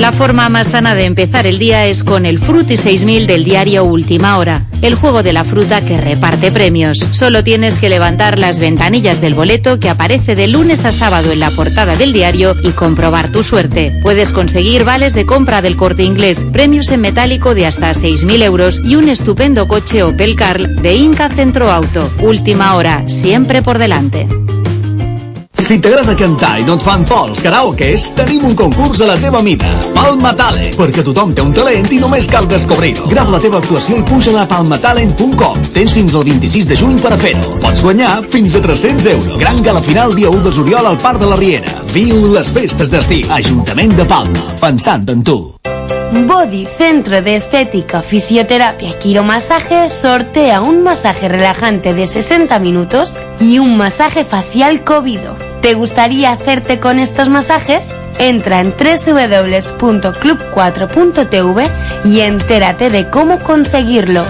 Speaker 13: La forma más sana de empezar el día es con el Fruti 6000 del diario Última Hora, el juego de la fruta que reparte premios. Solo tienes que levantar las ventanillas del boleto que aparece de lunes a sábado en la portada del diario y comprobar tu suerte. Puedes conseguir vales de compra del corte inglés, premios en metálico de hasta 6.000 euros y un estupendo coche Opel Carl de Inca Centro Auto. Última Hora, siempre por delante.
Speaker 6: Si t'agrada cantar i no et fan por els karaokes, tenim un concurs a la teva mida. Palma Talent, perquè tothom té un talent i només cal descobrir-ho. Grava la teva actuació i puja a palmatalent.com. Tens fins al 26 de juny per a fer-ho. Pots guanyar fins a 300 euros. Gran gala final dia 1 de juliol al Parc de la Riera. Viu les festes d'estiu. Ajuntament de Palma, pensant en tu.
Speaker 14: Body Centro de Estética, Fisioterapia y Quiromasaje sortea un masaje relajante de 60 minutos y un masaje facial covido. ¿Te gustaría hacerte con estos masajes? Entra en www.club4.tv y entérate de cómo conseguirlo.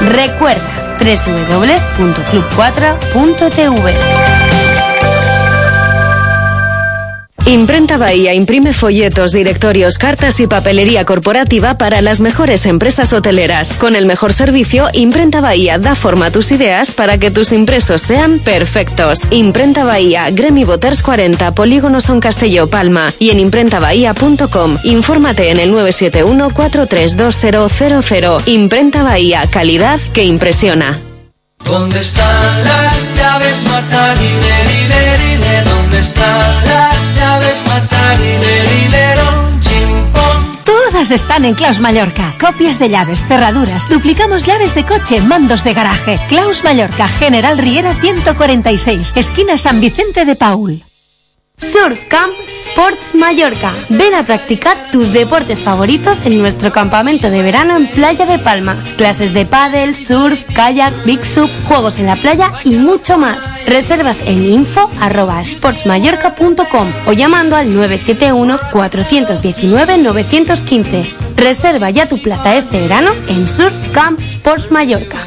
Speaker 14: Recuerda www.club4.tv.
Speaker 15: Imprenta Bahía imprime folletos, directorios, cartas y papelería corporativa para las mejores empresas hoteleras. Con el mejor servicio, Imprenta Bahía da forma a tus ideas para que tus impresos sean perfectos. Imprenta Bahía, Gremi Boters 40, Polígono Son Castelló, Palma y en imprentabahía.com. Infórmate en el 971-432000. Imprenta Bahía, calidad que impresiona.
Speaker 16: ¿Dónde están las llaves, matar y ¿Dónde están las llaves, matar y
Speaker 17: Todas están en Claus Mallorca. Copias de llaves, cerraduras, duplicamos llaves de coche, mandos de garaje. Claus Mallorca, General Riera 146, esquina San Vicente de Paul.
Speaker 14: Surf Camp Sports Mallorca. Ven a practicar tus deportes favoritos en nuestro campamento de verano en Playa de Palma. Clases de pádel, surf, kayak, big sub, juegos en la playa y mucho más. Reservas en info arroba sportsmallorca.com o llamando al 971 419 915. Reserva ya tu plaza este verano en Surf Camp Sports Mallorca.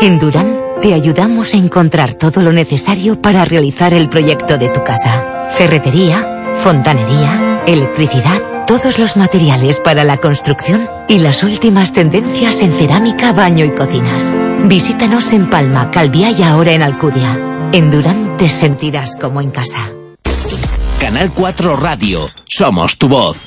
Speaker 18: En Durán te ayudamos a encontrar todo lo necesario para realizar el proyecto de tu casa. Ferretería, fontanería, electricidad, todos los materiales para la construcción y las últimas tendencias en cerámica, baño y cocinas. Visítanos en Palma, Calviá y ahora en Alcudia. En Durán te sentirás como en casa.
Speaker 7: Canal 4 Radio. Somos tu voz.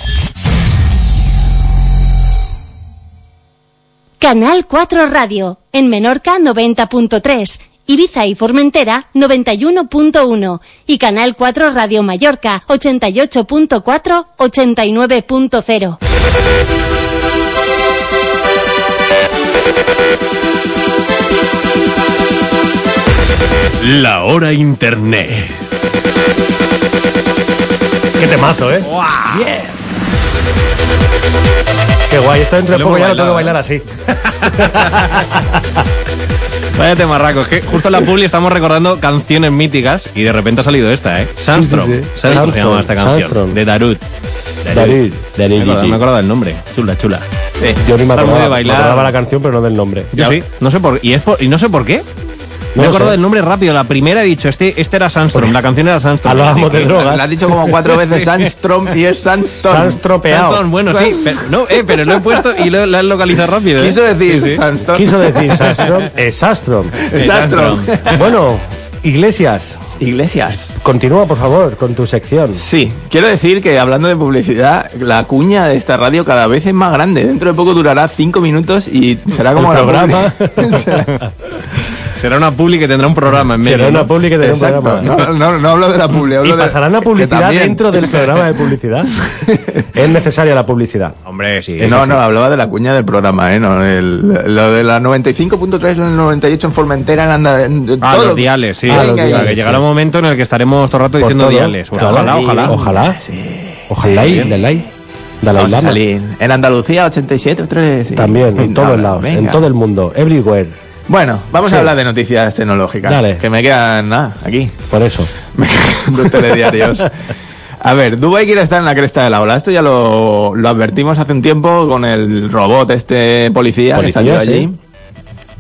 Speaker 8: Canal 4 Radio, en Menorca 90.3, Ibiza y Formentera 91.1 y Canal 4 Radio Mallorca 88.4, 89.0.
Speaker 19: La hora internet.
Speaker 20: Qué temazo, ¿eh? Qué guay, esto dentro de
Speaker 2: Lo hemos
Speaker 20: poco ya lo tengo
Speaker 2: bailado, ¿eh?
Speaker 20: que bailar así.
Speaker 2: Vaya tema raco, es que justo en la publi estamos recordando canciones míticas y de repente ha salido esta, ¿eh? Sandstrom.
Speaker 20: Sí, sí, sí.
Speaker 2: Sandstrom se llama
Speaker 20: Sandstrom,
Speaker 2: esta canción.
Speaker 20: Sandstrom.
Speaker 2: De Darut.
Speaker 20: Darut, Darut,
Speaker 2: Me acuerdo-
Speaker 20: sí.
Speaker 2: Me acuerdo del nombre. Chula, chula.
Speaker 20: Yo ni me
Speaker 2: Está muy
Speaker 20: acordaba,
Speaker 2: de
Speaker 20: me acordaba
Speaker 2: bailar.
Speaker 20: la canción, pero no del nombre.
Speaker 2: Yo sí. No sé por, y, es por- y no sé por qué.
Speaker 20: No
Speaker 2: me
Speaker 20: lo
Speaker 2: acuerdo
Speaker 20: sé.
Speaker 2: del nombre rápido. La primera he dicho, este, este era Sandstrom. La canción era Sandstrom.
Speaker 20: Hablábamos de drogas.
Speaker 3: La has dicho como cuatro veces Sandstrom y es Sandstone.
Speaker 2: Sandstrom, bueno, sí. Pero, no, eh, pero lo he puesto y lo, lo has localizado rápido. ¿eh?
Speaker 3: Quiso decir
Speaker 2: Sí, sí.
Speaker 3: Sandstone.
Speaker 20: Quiso decir Sastrom. Es Sastrom.
Speaker 3: Es Sastrom.
Speaker 20: Bueno, Iglesias.
Speaker 3: Iglesias.
Speaker 20: Continúa, por favor, con tu sección.
Speaker 3: Sí, quiero decir que hablando de publicidad, la cuña de esta radio cada vez es más grande. Dentro de poco durará cinco minutos y será como
Speaker 2: El
Speaker 3: la publi-
Speaker 2: Será una publi que tendrá un programa en medio.
Speaker 3: Será una publi que tendrá un Exacto.
Speaker 20: programa.
Speaker 3: No, no, no hablo de la publi, hablo
Speaker 20: ¿Y
Speaker 3: de-
Speaker 20: pasarán a
Speaker 3: que
Speaker 20: publicidad
Speaker 3: también.
Speaker 20: dentro del programa de publicidad? es necesaria la publicidad.
Speaker 1: Hombre, sí.
Speaker 3: Eh,
Speaker 1: sí,
Speaker 3: no,
Speaker 1: sí.
Speaker 3: no, hablaba de la cuña del programa, ¿eh? No, el- lo de la 95.3, la 98 en Formentera, en Anda- en- en
Speaker 1: Ah,
Speaker 3: todo.
Speaker 1: los diales, sí.
Speaker 3: Ah, los
Speaker 1: O sea,
Speaker 3: diales,
Speaker 1: que llegará
Speaker 3: sí.
Speaker 1: un momento en el que estaremos todo el rato
Speaker 3: Por
Speaker 1: diciendo
Speaker 3: todo.
Speaker 1: diales. Pues
Speaker 3: Claro,
Speaker 1: ojalá,
Speaker 3: sí,
Speaker 1: ojalá.
Speaker 3: ojalá.
Speaker 2: Ojalá, Dalai.
Speaker 3: Sí.
Speaker 2: Dalai
Speaker 3: Vamos a
Speaker 2: Lama.
Speaker 3: salir. En Andalucía, 87, 3.
Speaker 2: También, en todos lados, en todo el mundo, everywhere.
Speaker 3: Bueno, vamos
Speaker 2: Sí.
Speaker 3: a hablar de noticias tecnológicas.
Speaker 2: Dale.
Speaker 3: Que me quedan nada, aquí.
Speaker 2: Por eso.
Speaker 3: Dos telediarios. A ver, Dubai quiere estar en la cresta de la ola. Esto ya lo, lo advertimos hace un tiempo con el robot, este policía, que
Speaker 2: Policía,
Speaker 3: salió
Speaker 2: sí.
Speaker 3: allí.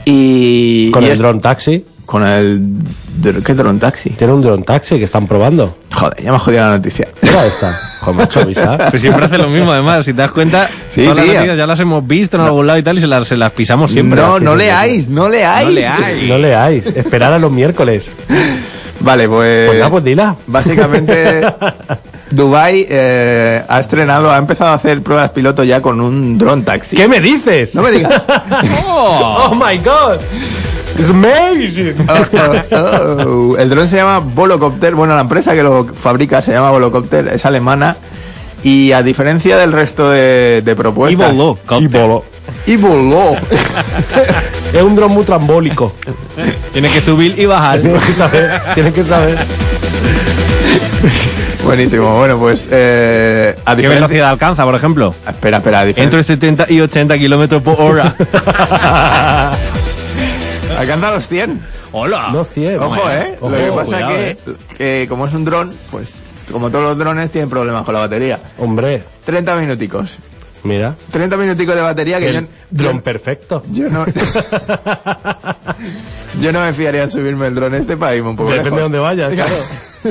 Speaker 3: Y.
Speaker 2: Con
Speaker 3: y
Speaker 2: el
Speaker 3: es-
Speaker 2: drone taxi.
Speaker 3: Con el. dr- ¿Qué drone taxi?
Speaker 2: Tiene un drone taxi que están probando.
Speaker 3: Joder, ya me ha jodido la noticia.
Speaker 2: Mira esta. Joder, macho, avisar.
Speaker 1: Pues siempre hace lo mismo, además. Si te das cuenta,
Speaker 3: Sí,
Speaker 1: todas las
Speaker 3: tío.
Speaker 1: noticias ya las hemos visto en algún lado y tal, y se las, se las pisamos siempre.
Speaker 3: No, no leáis, no leáis.
Speaker 1: No leáis.
Speaker 2: No leáis. Esperar a los miércoles.
Speaker 3: Vale, pues.
Speaker 2: Pues nada, pues dila.
Speaker 3: Básicamente, Dubai eh, ha estrenado, ha empezado a hacer pruebas piloto ya con un dron taxi.
Speaker 2: ¿Qué me dices?
Speaker 3: No me digas.
Speaker 2: Oh, my god. It's amazing.
Speaker 3: Uh, Oh, oh. El dron se llama Volocopter. Bueno, la empresa que lo fabrica se llama Volocopter, es alemana. Y a diferencia del resto de, de propuestas.
Speaker 1: Y voló,
Speaker 2: Y voló.
Speaker 3: Y voló.
Speaker 2: Es un dron muy trambólico.
Speaker 1: Tiene que subir y bajar.
Speaker 2: Tienes que saber. Tienes que saber.
Speaker 3: Buenísimo. Bueno, pues. eh, a
Speaker 1: ¿Qué
Speaker 3: diferencia-
Speaker 1: velocidad alcanza, por ejemplo?
Speaker 3: Espera, espera. a diferencia-
Speaker 1: Entre 70 y 80 kilómetros por hora.
Speaker 3: Alcanza los 100.
Speaker 1: Hola.
Speaker 2: Los 100.
Speaker 3: Ojo, ¿eh?
Speaker 2: Ojo,
Speaker 3: Lo que pasa
Speaker 2: cuidado,
Speaker 3: que, que como es un dron, pues como todos los drones tienen problemas con la batería.
Speaker 2: Hombre,
Speaker 3: 30 minuticos.
Speaker 2: mira.
Speaker 3: 30 minuticos de batería que yo,
Speaker 2: El dron perfecto.
Speaker 3: yo no... yo no me fiaría en subirme el dron este para irme un poco
Speaker 2: Depende de
Speaker 3: lejos.
Speaker 2: dónde vayas, claro.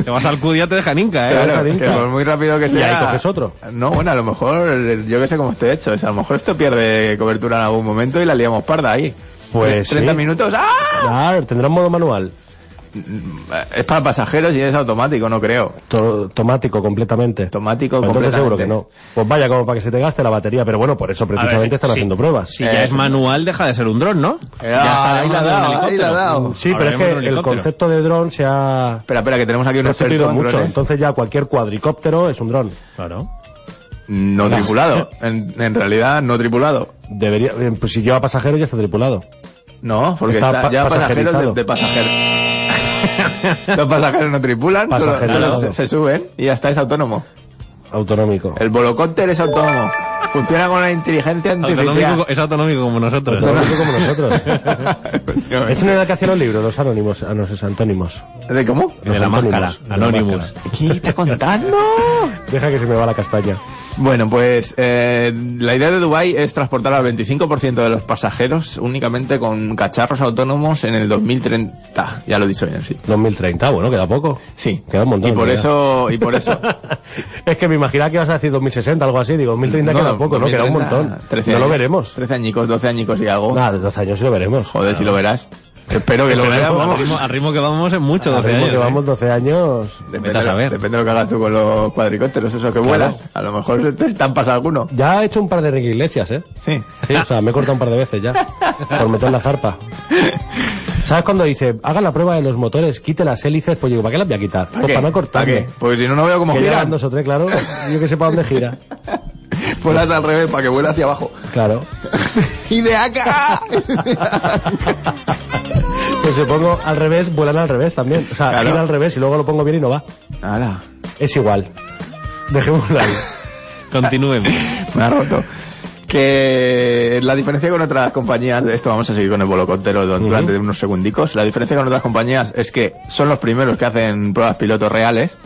Speaker 1: te vas al cudia, te dejan inca, ¿eh?
Speaker 3: Claro,
Speaker 2: Jarinca.
Speaker 3: que por muy rápido que
Speaker 2: Y ahí
Speaker 3: sea...
Speaker 2: coges otro.
Speaker 3: No, bueno, a lo mejor, eh, yo que sé cómo esté hecho. es a lo mejor esto pierde cobertura en algún momento y la liamos parda ahí.
Speaker 2: Pues
Speaker 3: 30
Speaker 2: sí.
Speaker 3: minutos, ¡ah!
Speaker 2: Claro, tendrá un modo manual.
Speaker 3: Es para pasajeros y es automático, no creo.
Speaker 2: To- Automático completamente.
Speaker 3: Automático
Speaker 2: Pues Entonces seguro
Speaker 3: completamente.
Speaker 2: que no. Pues vaya, como para que se te gaste la batería. Pero bueno, por eso precisamente están
Speaker 1: sí.
Speaker 2: haciendo pruebas.
Speaker 1: Si ya es manual, deja de ser un dron, ¿no?
Speaker 3: Ah, Eh, ahí la ha dado, ahí la ha dado.
Speaker 2: Sí, pero
Speaker 1: Ahora
Speaker 2: es
Speaker 1: mismo
Speaker 2: que
Speaker 1: en un
Speaker 2: el
Speaker 1: helicóptero.
Speaker 2: concepto de dron se ha
Speaker 3: Espera, espera, que tenemos aquí un experto
Speaker 2: repetido
Speaker 3: en
Speaker 2: mucho. ¿eh?
Speaker 3: drones.
Speaker 2: Entonces ya cualquier cuadricóptero es un dron.
Speaker 1: Claro.
Speaker 3: No tripulado. En, en realidad, no tripulado.
Speaker 2: Debería, eh, pues si lleva pasajeros ya está tripulado.
Speaker 3: No, porque
Speaker 2: Está
Speaker 3: está
Speaker 2: pa-
Speaker 3: ya pasajeros de,
Speaker 2: pasajerizado.
Speaker 3: de pasajeros. Los pasajeros no tripulan, solo-
Speaker 2: Pasajerizado.
Speaker 3: solo se, se suben y ya está, es autónomo.
Speaker 2: Autonómico.
Speaker 3: El volocópter es autónomo. Funciona con la inteligencia
Speaker 1: Autonómico,
Speaker 3: artificial.
Speaker 1: es autonómico como nosotros.
Speaker 2: Autonómico como nosotros. es una edad que hacían los libros, los anónimos, ah, no, esos antónimos.
Speaker 3: ¿De cómo?
Speaker 1: De la
Speaker 2: Anonymous.
Speaker 1: máscara.
Speaker 2: De la
Speaker 1: Anonymous.
Speaker 3: ¿Qué está contando?
Speaker 2: Deja que se me va la castaña.
Speaker 3: Bueno, pues eh, la idea de Dubai es transportar al 25% de los pasajeros únicamente con cacharros autónomos en el 2030. Ya lo he dicho bien, sí.
Speaker 2: 2030, bueno, queda poco.
Speaker 3: Sí.
Speaker 2: Queda un montón.
Speaker 3: Y por
Speaker 2: ya.
Speaker 3: eso, y por eso.
Speaker 2: Es que me imaginaba que ibas a decir 2060, algo así. Digo, 2030 queda poco, ¿no? Queda un
Speaker 3: 2030,
Speaker 2: montón.
Speaker 3: 13
Speaker 2: No lo
Speaker 3: años.
Speaker 2: veremos.
Speaker 3: 13 añicos, 12 añicos y algo.
Speaker 2: Nada, de dos años sí lo veremos.
Speaker 3: Joder, si lo verás. Espero que lo
Speaker 1: Pero
Speaker 3: veas,
Speaker 1: al,
Speaker 3: vamos.
Speaker 1: ritmo, al ritmo que vamos es mucho.
Speaker 2: Al
Speaker 1: 12
Speaker 2: ritmo
Speaker 1: años,
Speaker 2: que
Speaker 1: ¿eh?
Speaker 2: vamos 12 años,
Speaker 1: Vete
Speaker 3: Depende,
Speaker 1: a
Speaker 3: de lo-
Speaker 1: saber.
Speaker 3: depende de lo que hagas tú con los cuadricópteros, eso que vuelas. A lo mejor te estampas alguno.
Speaker 2: Ya he hecho un par de Enrique Iglesias, ¿eh?
Speaker 3: Sí.
Speaker 2: Sí, o sea, me he cortado un par de veces ya. Por meter la zarpa. ¿Sabes cuando dice, haga la prueba de los motores, quite las hélices? Pues digo, ¿para qué las voy a quitar? Pues
Speaker 3: qué?
Speaker 2: para no
Speaker 3: ¿Para
Speaker 2: cortarme.
Speaker 3: qué? Porque si no, no veo cómo
Speaker 2: Que llevan
Speaker 3: giran.
Speaker 2: dos o tres, claro. Yo que sepa dónde gira.
Speaker 3: Vuelas al revés para que vuela hacia abajo.
Speaker 2: Claro.
Speaker 3: ¡Y de acá!
Speaker 2: Pues si pongo al revés, vuelan al revés también. O sea,
Speaker 3: Claro.
Speaker 2: gira al revés y luego lo pongo bien y no va.
Speaker 3: Ala,
Speaker 2: Es igual. Dejémoslo ahí.
Speaker 1: Continúen.
Speaker 3: me ha roto. Que la diferencia con otras compañías, de esto vamos a seguir con el volocóptero du- durante unos segundicos, la diferencia con otras compañías es que son los primeros que hacen pruebas pilotos reales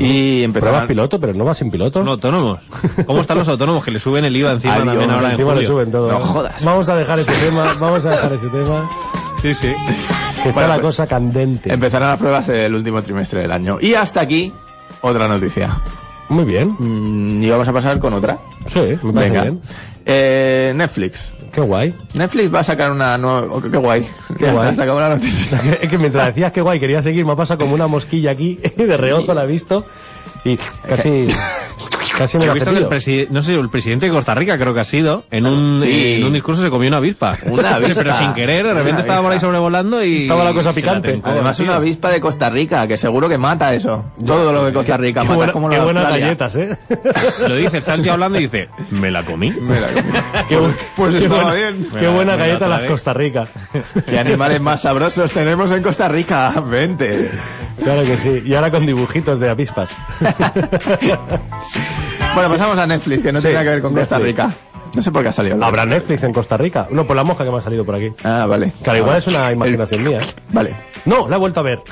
Speaker 3: y
Speaker 2: Pruebas
Speaker 3: empezaron...
Speaker 2: piloto, pero no va sin piloto.
Speaker 1: Son autónomos. ¿Cómo están los autónomos? Que le suben el IVA encima
Speaker 3: Adiós.
Speaker 1: también ahora en
Speaker 2: Encima le
Speaker 1: julio.
Speaker 2: suben todo.
Speaker 3: No
Speaker 2: ¿eh?
Speaker 3: jodas.
Speaker 2: Vamos a dejar ese tema, vamos a dejar ese tema.
Speaker 1: Sí, sí.
Speaker 2: Que está
Speaker 3: Bueno,
Speaker 2: la
Speaker 3: pues,
Speaker 2: cosa candente.
Speaker 3: Empezarán las pruebas el último trimestre del año. Y hasta aquí, otra noticia.
Speaker 2: Muy bien.
Speaker 3: Mm, Y vamos a pasar con otra.
Speaker 2: Sí, me parece
Speaker 3: Venga.
Speaker 2: bien.
Speaker 3: Eh, Netflix.
Speaker 2: Qué guay.
Speaker 3: Netflix va a sacar una nueva... oh, qué, qué guay.
Speaker 2: Qué
Speaker 3: Ya
Speaker 2: guay.
Speaker 3: está, se acabó la noticia.
Speaker 2: Es que mientras decías que guay, quería seguir, me ha pasado como una mosquilla aquí, de reojo la he visto, y casi... Casi me
Speaker 1: Yo he
Speaker 2: lo ha
Speaker 1: visto que el
Speaker 2: pedido.
Speaker 1: presi- no sé, el presidente de Costa Rica creo que ha sido, en un,
Speaker 2: Sí.
Speaker 1: en un discurso se comió una avispa.
Speaker 3: Una avispa.
Speaker 1: Pero sin querer, de repente
Speaker 3: Una
Speaker 1: estaba por ahí sobrevolando y... se atrincó.
Speaker 3: Además, una avispa de Costa Rica, que seguro que mata eso. Todo lo de Costa Rica
Speaker 1: qué
Speaker 3: mata.
Speaker 1: buena-
Speaker 3: como
Speaker 1: qué
Speaker 3: lo de
Speaker 1: buenas
Speaker 3: Australia.
Speaker 1: galletas,
Speaker 2: ¿eh?
Speaker 1: Lo dice Santi hablando y dice, me la comí. Me la comí.
Speaker 3: Pues
Speaker 2: qué
Speaker 3: estaba
Speaker 2: buena,
Speaker 3: bien.
Speaker 2: qué buena galleta las Costa Rica.
Speaker 3: Qué animales más sabrosos tenemos en Costa Rica. Vente.
Speaker 2: Claro que sí. Y ahora con dibujitos de avispas.
Speaker 3: Bueno, pasamos a Netflix, que no
Speaker 2: Sí,
Speaker 3: tiene nada que ver con Costa
Speaker 2: Netflix.
Speaker 3: Rica. No sé por qué ha salido.
Speaker 2: ¿Habrá Netflix en Costa Rica? No, por la moja que me ha salido por aquí.
Speaker 3: Ah, vale.
Speaker 2: Claro, igual es una imaginación mía. ¿eh?
Speaker 3: Vale.
Speaker 2: No, la he vuelto a ver.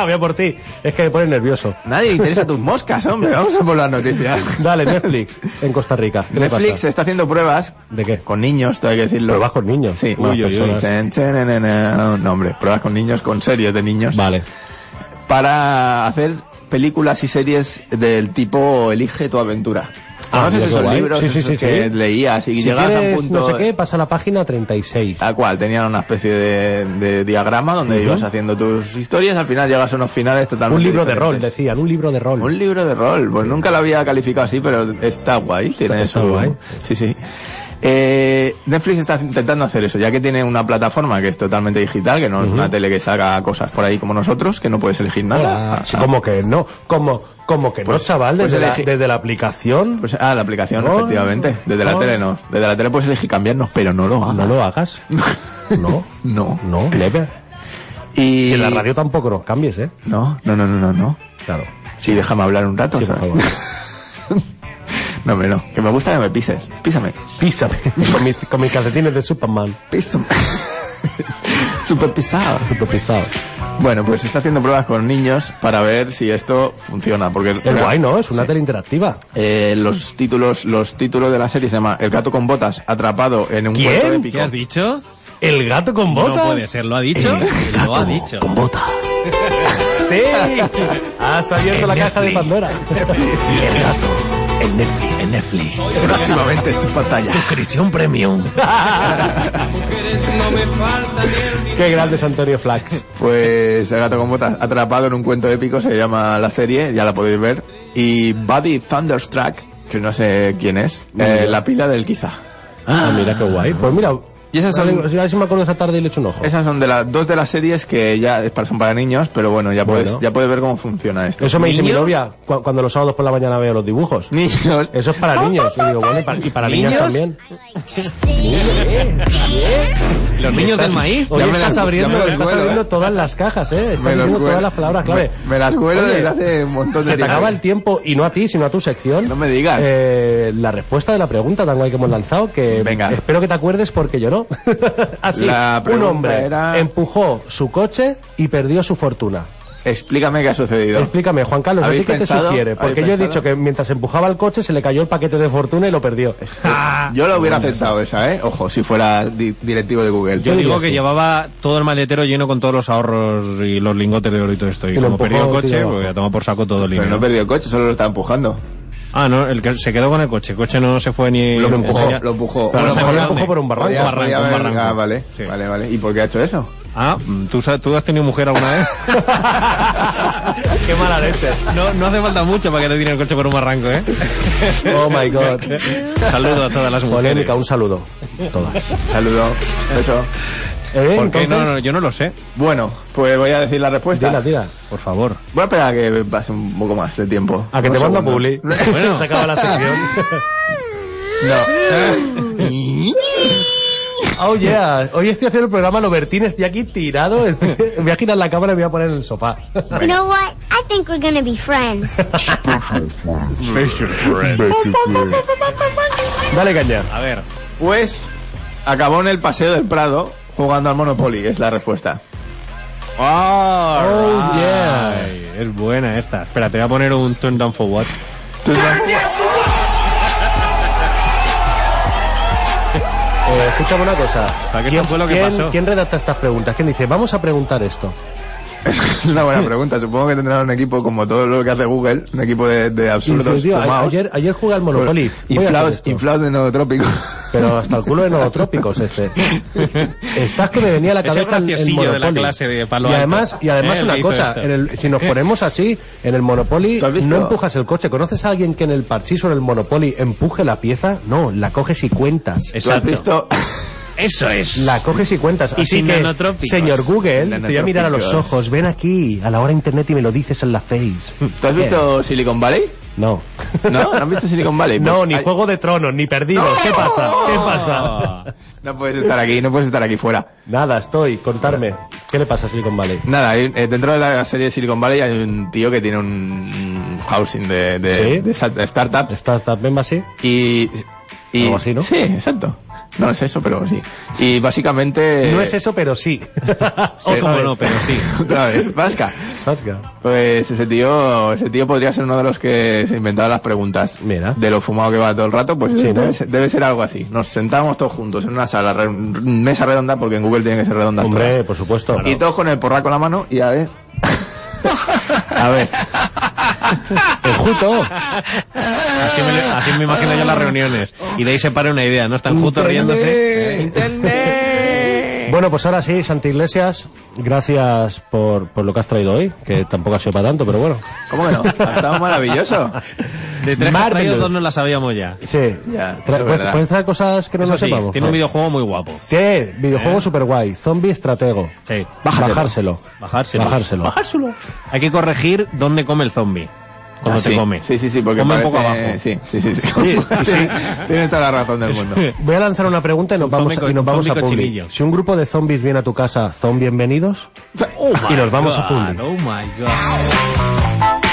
Speaker 2: Voy a por ti. Es que me pone nervioso.
Speaker 3: Nadie interesa tus moscas, hombre. Vamos a por las noticias.
Speaker 2: Dale, Netflix en Costa Rica. ¿Qué le pasa?
Speaker 3: Netflix está haciendo pruebas.
Speaker 2: ¿De qué?
Speaker 3: Con niños, todo hay que decirlo.
Speaker 2: Pruebas con niños.
Speaker 3: Sí,
Speaker 2: Uy, uy, uy.
Speaker 3: pues Chen, chen, nen, nen, nen. No, hombre, pruebas con niños, con series de niños.
Speaker 2: Vale.
Speaker 3: Para hacer películas y series del tipo Elige tu aventura.
Speaker 2: Ah,
Speaker 3: ¿Conoces
Speaker 2: mira, qué
Speaker 3: esos
Speaker 2: guay.
Speaker 3: libros
Speaker 2: Sí, sí,
Speaker 3: esos
Speaker 2: sí,
Speaker 3: que
Speaker 2: sí.
Speaker 3: leías y
Speaker 2: Si
Speaker 3: llegabas a un
Speaker 2: quieres
Speaker 3: punto
Speaker 2: No sé qué, pasa a la página 36.
Speaker 3: Tal cual, tenían una especie de, de diagrama donde
Speaker 2: Ujú.
Speaker 3: ibas haciendo tus historias, al final llegas a unos finales totalmente
Speaker 2: Un libro de
Speaker 3: diferentes.
Speaker 2: rol, decían, un libro de rol.
Speaker 3: Un libro de rol, pues nunca lo había calificado así, pero está guay. Tiene
Speaker 2: Pues está
Speaker 3: su-
Speaker 2: guay.
Speaker 3: Sí, sí. Eh, Netflix está intentando hacer eso, ya que tiene una plataforma que es totalmente digital, que no es una tele que saca cosas por ahí como nosotros, que no puedes elegir nada.
Speaker 2: Ah, sí, como que no, como, como que no, chaval,
Speaker 3: pues
Speaker 2: desde, la,
Speaker 3: elegí-
Speaker 2: desde la aplicación.
Speaker 3: Pues, ah, la aplicación,
Speaker 2: No,
Speaker 3: efectivamente. Desde la
Speaker 2: no.
Speaker 3: tele no. Desde la tele puedes elegir cambiarnos, pero no lo hagas.
Speaker 2: No lo hagas. No,
Speaker 3: No.
Speaker 2: no, never.
Speaker 3: Y...
Speaker 2: Y en la radio tampoco nos cambies, ¿eh?
Speaker 3: No, no, no, no, no, no.
Speaker 2: Claro.
Speaker 3: Sí, déjame hablar un rato.
Speaker 2: Sí, por
Speaker 3: ¿sabes? Ah, no, hombre, no. Que me gusta que me pises. Písame.
Speaker 2: Písame. con, mis, con mis calcetines de Superman.
Speaker 3: Písame. Súper pisado.
Speaker 2: Súper pisado.
Speaker 3: Bueno, pues está haciendo pruebas con niños para ver si esto funciona. Porque
Speaker 2: Es guay, ¿no? Es una tele interactiva.
Speaker 3: Eh, los títulos los títulos de la serie se llama El gato con botas atrapado en un
Speaker 2: ¿Quién?
Speaker 3: puerto de pico.
Speaker 1: ¿Qué has dicho?
Speaker 2: ¿El gato con botas?
Speaker 1: No puede ser, lo ha dicho. lo ha dicho. Con
Speaker 3: botas.
Speaker 2: ¡Sí! Has abierto la caja de Pandora.
Speaker 3: El gato. En Netflix. En Netflix. Próximamente en su pantalla.
Speaker 1: Suscripción premium.
Speaker 2: Qué grande es Antonio Flax.
Speaker 3: Pues el gato con botas atrapado en un cuento épico se llama la serie, ya la podéis ver. Y Buddy Thunderstruck, que no sé quién es, eh, la pila del quizá.
Speaker 2: Ah, mira qué guay. Pues mira,
Speaker 3: Y esas son-
Speaker 2: a ver si me acuerdo esa tarde y le echo un ojo.
Speaker 3: Esas son de las dos de las series que ya es para- son para niños, pero bueno, ya puedes,
Speaker 2: Bueno.
Speaker 3: ya puedes ver cómo funciona esto.
Speaker 2: Eso me dice mi
Speaker 3: ¿Niños?
Speaker 2: novia cu- cuando los sábados por la mañana veo los dibujos.
Speaker 3: Niños.
Speaker 2: Eso es para niños. Y digo, bueno, y para, y para niñas
Speaker 3: ¿Niños?
Speaker 2: también.
Speaker 1: Los niños del maíz.
Speaker 2: Hoy
Speaker 3: Ya me
Speaker 2: estás
Speaker 3: las- ya me
Speaker 2: abriendo,
Speaker 3: las
Speaker 2: estás
Speaker 3: huelo,
Speaker 2: abriendo
Speaker 3: eh.
Speaker 2: todas las cajas, ¿eh? Estás
Speaker 3: Me las
Speaker 2: diciendo
Speaker 3: huelo.
Speaker 2: todas las palabras clave.
Speaker 3: Me- me las huelo
Speaker 2: Oye,
Speaker 3: desde hace un montón de
Speaker 2: Se te
Speaker 3: tiempo.
Speaker 2: acaba el tiempo, y no a ti, sino a tu sección. No
Speaker 3: me digas.
Speaker 2: la respuesta de la pregunta tan guay que hemos lanzado, que
Speaker 3: Venga.
Speaker 2: espero que te acuerdes porque yo no. Así,
Speaker 3: La
Speaker 2: un
Speaker 3: pregunta
Speaker 2: hombre
Speaker 3: era-
Speaker 2: empujó su coche y perdió su fortuna.
Speaker 3: Explícame qué ha sucedido.
Speaker 2: Explícame, Juan Carlos, ¿a ti
Speaker 3: ¿Habéis
Speaker 2: qué te
Speaker 3: pensado?
Speaker 2: sugiere? Porque
Speaker 3: ¿Habéis
Speaker 2: yo he dicho
Speaker 3: pensado?
Speaker 2: que mientras empujaba el coche se le cayó el paquete de fortuna y lo perdió.
Speaker 3: Yo lo hubiera aceptado esa, ¿eh? Ojo, si fuera di- directivo de Google.
Speaker 1: Yo digo que llevaba todo el maletero lleno con todos los ahorros y los lingotes de oro y todo esto. Y,
Speaker 3: Y lo
Speaker 1: como
Speaker 3: empujó,
Speaker 1: perdió el
Speaker 3: tío,
Speaker 1: coche,
Speaker 3: abajo.
Speaker 1: pues a tomar por saco todo el
Speaker 3: Pero
Speaker 1: dinero.
Speaker 3: no he perdido el coche, solo lo está empujando.
Speaker 1: Ah, no, el que se quedó con el coche. El coche no se fue ni...
Speaker 3: Lo
Speaker 1: no
Speaker 3: empujó,
Speaker 1: tenía-
Speaker 3: lo empujó.
Speaker 1: Pero
Speaker 3: Bueno,
Speaker 1: no se
Speaker 3: lo
Speaker 1: fue
Speaker 3: empujó
Speaker 1: dónde.
Speaker 3: por un barranco.
Speaker 1: Un barranco,
Speaker 3: Podía
Speaker 1: un
Speaker 3: haber-
Speaker 1: barranco.
Speaker 3: ah, vale, vale, vale. ¿Y por qué ha hecho eso?
Speaker 1: Ah, ¿tú, sa- ¿tú has tenido mujer alguna vez?
Speaker 2: Qué mala leche.
Speaker 1: No, no hace falta mucho para que te tire el coche por un barranco, ¿eh?
Speaker 2: Oh my god.
Speaker 1: Saludos a todas las mujeres.
Speaker 2: Polémica, un saludo. Todas.
Speaker 3: Saludo. Eso.
Speaker 2: Eh,
Speaker 1: ¿Por qué?
Speaker 2: entonces-
Speaker 1: No, no, yo no lo sé.
Speaker 3: Bueno, pues voy a decir la respuesta.
Speaker 2: Tira, tira.
Speaker 1: Por favor.
Speaker 3: Voy a esperar a que pase un poco más de tiempo.
Speaker 2: A que
Speaker 3: Un
Speaker 2: te manda
Speaker 3: segundo.
Speaker 2: Publi.
Speaker 3: Bueno.
Speaker 2: Se acaba la sección.
Speaker 3: No.
Speaker 2: Oh yeah, hoy estoy haciendo el programa Lobertín, estoy aquí tirado, estoy- voy a girar la cámara y me voy a poner en el sofá.
Speaker 21: You know what? I think we're gonna be friends.
Speaker 2: Dale caña.
Speaker 1: A ver.
Speaker 3: Pues acabó en el paseo del Prado jugando al Monopoly, es la respuesta.
Speaker 1: oh, yeah. Es buena esta. Espera, te voy a poner un turn down for what.
Speaker 2: Eh, escúchame una cosa.
Speaker 1: ¿Para qué fue lo que
Speaker 2: quién-
Speaker 1: pasó?
Speaker 2: quién redacta estas preguntas? ¿Quién dice, vamos a preguntar esto?
Speaker 3: Es una buena pregunta. Supongo que tendrán un equipo como todo lo que hace Google, un equipo de, de
Speaker 2: Y dice,
Speaker 3: absurdos.
Speaker 2: "Tío, a-
Speaker 3: fumaos,
Speaker 2: ayer, ayer jugué al Monopoly. voy a hacer
Speaker 3: inflados,
Speaker 2: esto".
Speaker 3: inflados de neotrópico.
Speaker 2: Pero hasta el culo de nootrópicos este. ese. Estás que me venía a la
Speaker 1: Ese
Speaker 2: cabeza el- el
Speaker 1: graciosillo de la
Speaker 2: Monopoly.
Speaker 1: clase de Palo
Speaker 2: y
Speaker 1: Alto.
Speaker 2: además, y
Speaker 1: Eh,
Speaker 2: además
Speaker 1: el Eh. que
Speaker 2: una
Speaker 1: hizo
Speaker 2: cosa,
Speaker 1: esto.
Speaker 2: en el- si nos ponemos así, en el Monopoly no empujas el coche. ¿Conoces a alguien que en el parchís o en el Monopoly empuje la pieza? No, la coges y cuentas.
Speaker 3: Exacto. visto?
Speaker 4: Eso es.
Speaker 2: La coges y cuentas.
Speaker 4: Y
Speaker 2: Así
Speaker 4: sin
Speaker 2: que,
Speaker 4: nanotrópicos.
Speaker 2: señor Google,
Speaker 3: Sin
Speaker 2: te voy a mirar a los
Speaker 3: nanotrópicos.
Speaker 2: ojos. Ven aquí a la hora internet y me lo dices en la face.
Speaker 3: ¿Tú has visto Silicon Valley?
Speaker 2: No.
Speaker 3: ¿No? ¿No has visto Silicon Valley?
Speaker 2: no,
Speaker 3: Pues
Speaker 2: ni
Speaker 3: hay-
Speaker 2: Juego de Tronos, ni Perdidos. ¿Qué pasa? ¿Qué
Speaker 22: Oh,
Speaker 2: pasa?
Speaker 3: No puedes estar aquí, no puedes estar aquí fuera.
Speaker 2: Nada, estoy. Contarme. ¿Qué le pasa a Silicon Valley?
Speaker 3: Nada, hay- eh, dentro de la serie de Silicon Valley hay un tío que tiene un housing de, de,
Speaker 2: ¿Sí?
Speaker 3: de sa- de startups.
Speaker 2: ¿Startup Memba así?
Speaker 3: Y, y-
Speaker 2: Algo así, ¿no?
Speaker 3: Sí, exacto. No es eso, pero sí. Y básicamente...
Speaker 2: No es eso, pero sí.
Speaker 3: O como no, pero
Speaker 1: sí.
Speaker 3: Otra vez, vasca. Pues ese tío, ese tío podría ser uno de los que se inventaba las preguntas.
Speaker 2: Mira.
Speaker 3: De lo fumado que va todo el rato, pues
Speaker 2: Sí, ¿no?
Speaker 3: debe, ser, debe ser algo así. Nos sentábamos todos juntos en una sala, re- mesa redonda, porque en Google tienen que ser redondas
Speaker 2: Hombre,
Speaker 3: todas.
Speaker 2: por supuesto.
Speaker 3: Y todos con el porraco en la mano y a ver. a ver.
Speaker 2: Justo.
Speaker 1: Así me, así me imagino yo las reuniones. Y de ahí se para una idea, ¿no? Están juntos riéndose.
Speaker 22: eh.
Speaker 2: Bueno, pues ahora sí, Santa Iglesias, gracias por, por lo que has traído hoy, que tampoco ha sido para tanto, pero bueno.
Speaker 3: ¿Cómo que no? Ha estado maravilloso.
Speaker 1: De tres que has traído,
Speaker 2: Marvelous.
Speaker 1: dos no las sabíamos ya.
Speaker 2: Sí,
Speaker 3: Ya, es
Speaker 2: Tra- puedes,
Speaker 3: verdad.
Speaker 2: puedes traer cosas que no
Speaker 1: Eso
Speaker 2: nos
Speaker 1: sí,
Speaker 2: sepamos.
Speaker 1: tiene un videojuego muy guapo.
Speaker 2: Tiene videojuego super guay, zombie estratego.
Speaker 1: Sí.
Speaker 2: Bajárselo.
Speaker 1: Bajárselo.
Speaker 2: Bajárselo.
Speaker 1: Bajárselo. Hay que corregir dónde come el zombie. Cuando
Speaker 3: Ah,
Speaker 1: te
Speaker 3: sí.
Speaker 1: come.
Speaker 3: Sí, sí, sí, porque
Speaker 1: come un poco
Speaker 3: parece-
Speaker 1: abajo.
Speaker 3: Sí, sí, sí. sí. Tienes toda la razón del mundo.
Speaker 2: Voy a lanzar una pregunta y nos vamos,
Speaker 1: zombie co-
Speaker 2: y nos vamos a
Speaker 1: zombie
Speaker 2: public.
Speaker 1: cochinillo.
Speaker 2: Si un grupo de zombies viene a tu casa, ¿son bienvenidos?
Speaker 1: Oh my
Speaker 2: y nos vamos a
Speaker 1: God,
Speaker 2: public.
Speaker 1: Oh my god.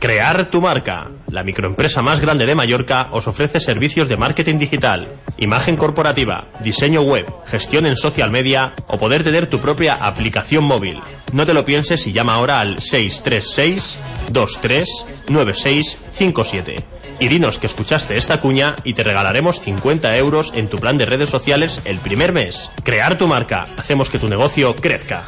Speaker 4: Crear tu marca. La microempresa más grande de Mallorca os ofrece servicios de marketing digital, imagen corporativa, diseño web, gestión en social media o poder tener tu propia aplicación móvil. No te lo pienses y llama ahora al 636 239657 Y dinos que escuchaste esta cuña y te regalaremos 50 euros en tu plan de redes sociales el primer mes. Crear tu marca. Hacemos que tu negocio crezca.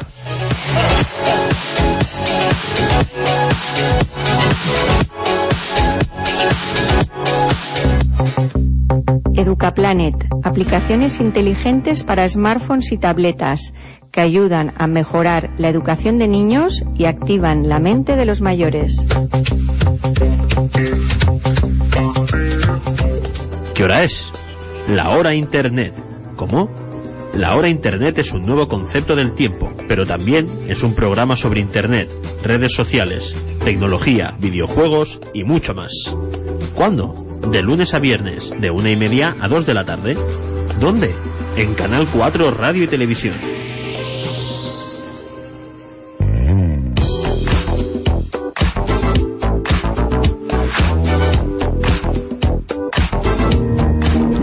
Speaker 23: EducaPlanet, aplicaciones inteligentes para smartphones y tabletas que ayudan a mejorar la educación de niños y activan la mente de los mayores.
Speaker 4: ¿Qué hora es? La hora Internet. ¿Cómo? La hora Internet es un nuevo concepto del tiempo, pero también es un programa sobre Internet, redes sociales, tecnología, videojuegos y mucho más. ¿Cuándo? De lunes a viernes, de una y media a dos de la tarde. ¿Dónde? En Canal 4 Radio y Televisión.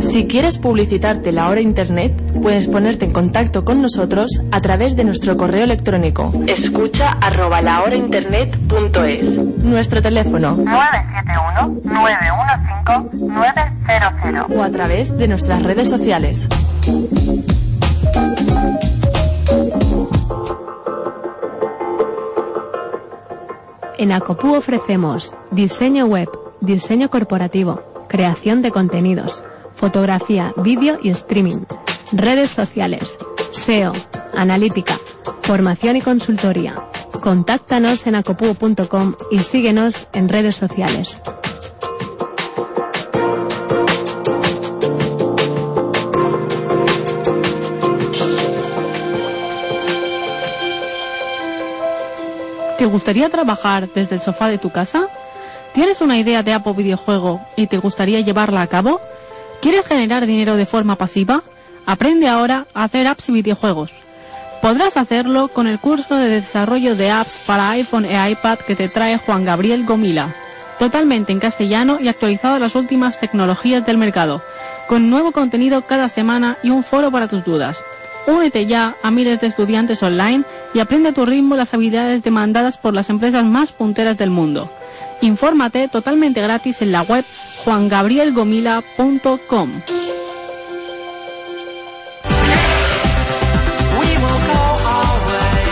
Speaker 24: Si quieres publicitarte la hora internet, puedes ponerte en contacto con nosotros a través de nuestro correo electrónico. Escucha arroba lahorainternet.es. Nuestro teléfono 971-915-900. O a través de nuestras redes sociales.
Speaker 25: En ACOPU ofrecemos diseño web, diseño corporativo, creación de contenidos, fotografía, vídeo y streaming, redes sociales, SEO, analítica, formación y consultoría. Contáctanos en acopu.com y síguenos en redes sociales.
Speaker 26: ¿Te gustaría trabajar desde el sofá de tu casa? ¿Tienes una idea de app o videojuego y te gustaría llevarla a cabo? ¿Quieres generar dinero de forma pasiva? Aprende ahora a hacer apps y videojuegos. Podrás hacerlo con el curso de desarrollo de apps para iPhone e iPad que te trae Juan Gabriel Gomila, totalmente en castellano y actualizado a las últimas tecnologías del mercado, con nuevo contenido cada semana y un foro para tus dudas. Únete ya a miles de estudiantes online y aprende a tu ritmo las habilidades demandadas por las empresas más punteras del mundo. Infórmate totalmente gratis en la web juangabrielgomila.com.
Speaker 16: We will go our way.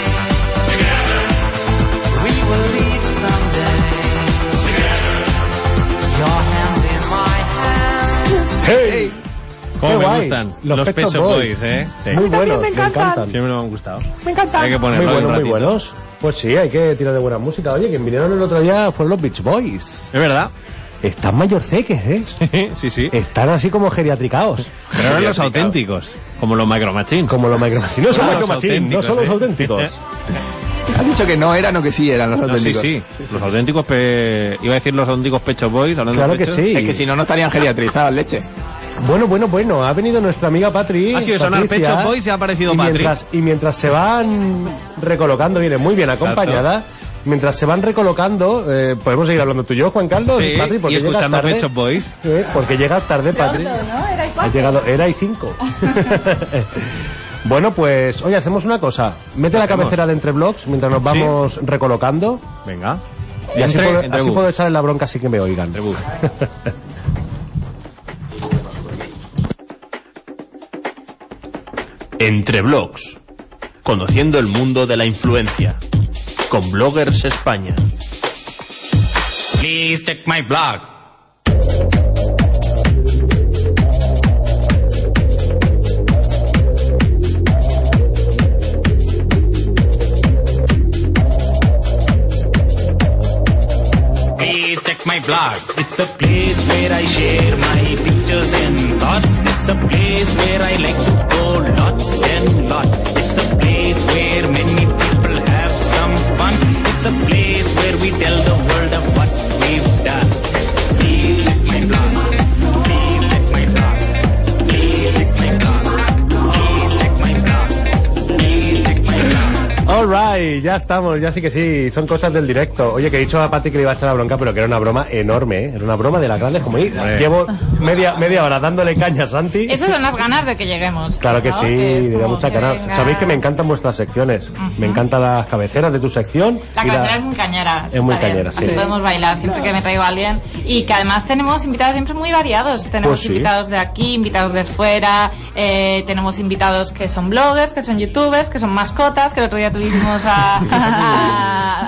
Speaker 16: Together.
Speaker 2: ¡Hey!
Speaker 1: Cómo
Speaker 2: Qué
Speaker 1: me
Speaker 2: guay.
Speaker 1: gustan
Speaker 2: Los
Speaker 1: los
Speaker 2: Pet
Speaker 1: Peso
Speaker 2: Shop
Speaker 1: Boys,
Speaker 2: Boys.
Speaker 1: ¿eh?
Speaker 2: Muy buenos, me encantan.
Speaker 1: Siempre me han gustado.
Speaker 26: Me encanta.
Speaker 1: Hay que ponerlo
Speaker 2: muy
Speaker 1: un
Speaker 2: buenos,
Speaker 1: ratito.
Speaker 2: muy buenos. Pues sí, hay que tirar de buena música. Oye, quien vinieron el otro día fueron los Beach Boys.
Speaker 1: Es verdad.
Speaker 2: Están mayorceques,
Speaker 1: ¿eh? Sí, sí.
Speaker 2: Están así como geriatricados.
Speaker 1: Pero eran los auténticos, como los Micro Machines.
Speaker 2: Como los Micro Machines. No son Micro Machines, no son los
Speaker 1: auténticos. ¿eh?
Speaker 3: ¿Has dicho que no eran o que sí eran los
Speaker 1: No, sí,
Speaker 3: auténticos?
Speaker 1: sí. Los auténticos, pe- iba a decir los auténticos Pecho Boys. Hablando
Speaker 3: Claro
Speaker 1: de
Speaker 3: que
Speaker 1: pechos.
Speaker 3: sí. Es que si no, no estarían geriatrizadas leche.
Speaker 2: Bueno, bueno, bueno, ha venido nuestra amiga Patri.
Speaker 1: Ha sido sonar
Speaker 2: Patricia,
Speaker 1: Pet Shop Boys y ha aparecido
Speaker 2: y
Speaker 1: Patri.
Speaker 2: Mientras, y mientras se van recolocando, viene muy bien acompañada. Mientras se van recolocando, eh, podemos seguir hablando tú y yo, Juan Carlos
Speaker 1: Sí,
Speaker 2: y Patri, porque
Speaker 1: y
Speaker 2: llegas
Speaker 1: escuchando
Speaker 2: tarde.
Speaker 1: Pet Shop Boys.
Speaker 2: Eh, porque llegas tarde, Patri. Ha llegado, era y cinco. bueno, pues, oye, hacemos una cosa. Mete la
Speaker 1: Hacemos.
Speaker 2: cabecera de entre blogs mientras nos vamos recolocando.
Speaker 1: Venga.
Speaker 2: Y así,
Speaker 1: Entre-
Speaker 2: puedo,
Speaker 1: entre
Speaker 2: así
Speaker 1: bus.
Speaker 2: puedo echarle la bronca así que me oigan.
Speaker 4: Entre blogs, conociendo el mundo de la influencia, con Bloggers España.
Speaker 22: Please check my blog. Please check my blog. It's a place where I share my pictures and thoughts. It's a place where I like to go lots and lots. It's a place where many people have some fun. It's a place where we tell the world of what we've done. Please like my blog. Please like my blog. Please like my blog. Please like my blog. Please like my blog.
Speaker 2: Alright, ya estamos, ya sí que sí, son cosas del directo. Oye, que he dicho a Pati que le iba a echar la bronca, pero que era una broma enorme, ¿eh? era una broma de las grandes como
Speaker 27: Hombre.
Speaker 2: Llevo media, media hora dándole caña a Santi.
Speaker 27: Esas son las ganas de que lleguemos.
Speaker 2: Claro que sí, diré mucha
Speaker 27: que
Speaker 2: canal.
Speaker 27: venga.
Speaker 2: Sabéis que me encantan vuestras secciones, me encantan las cabeceras de tu sección.
Speaker 27: La
Speaker 2: y la-
Speaker 27: cañera es muy cañera. eso
Speaker 2: Es muy
Speaker 27: está bien.
Speaker 2: cañera, sí.
Speaker 27: Así podemos bailar siempre que me traigo a alguien. Y que además tenemos invitados siempre muy variados. Tenemos
Speaker 2: Pues sí.
Speaker 27: invitados de aquí, invitados de fuera, eh, tenemos invitados que son bloggers, que son youtubers, que son mascotas, que el otro día tuvimos a,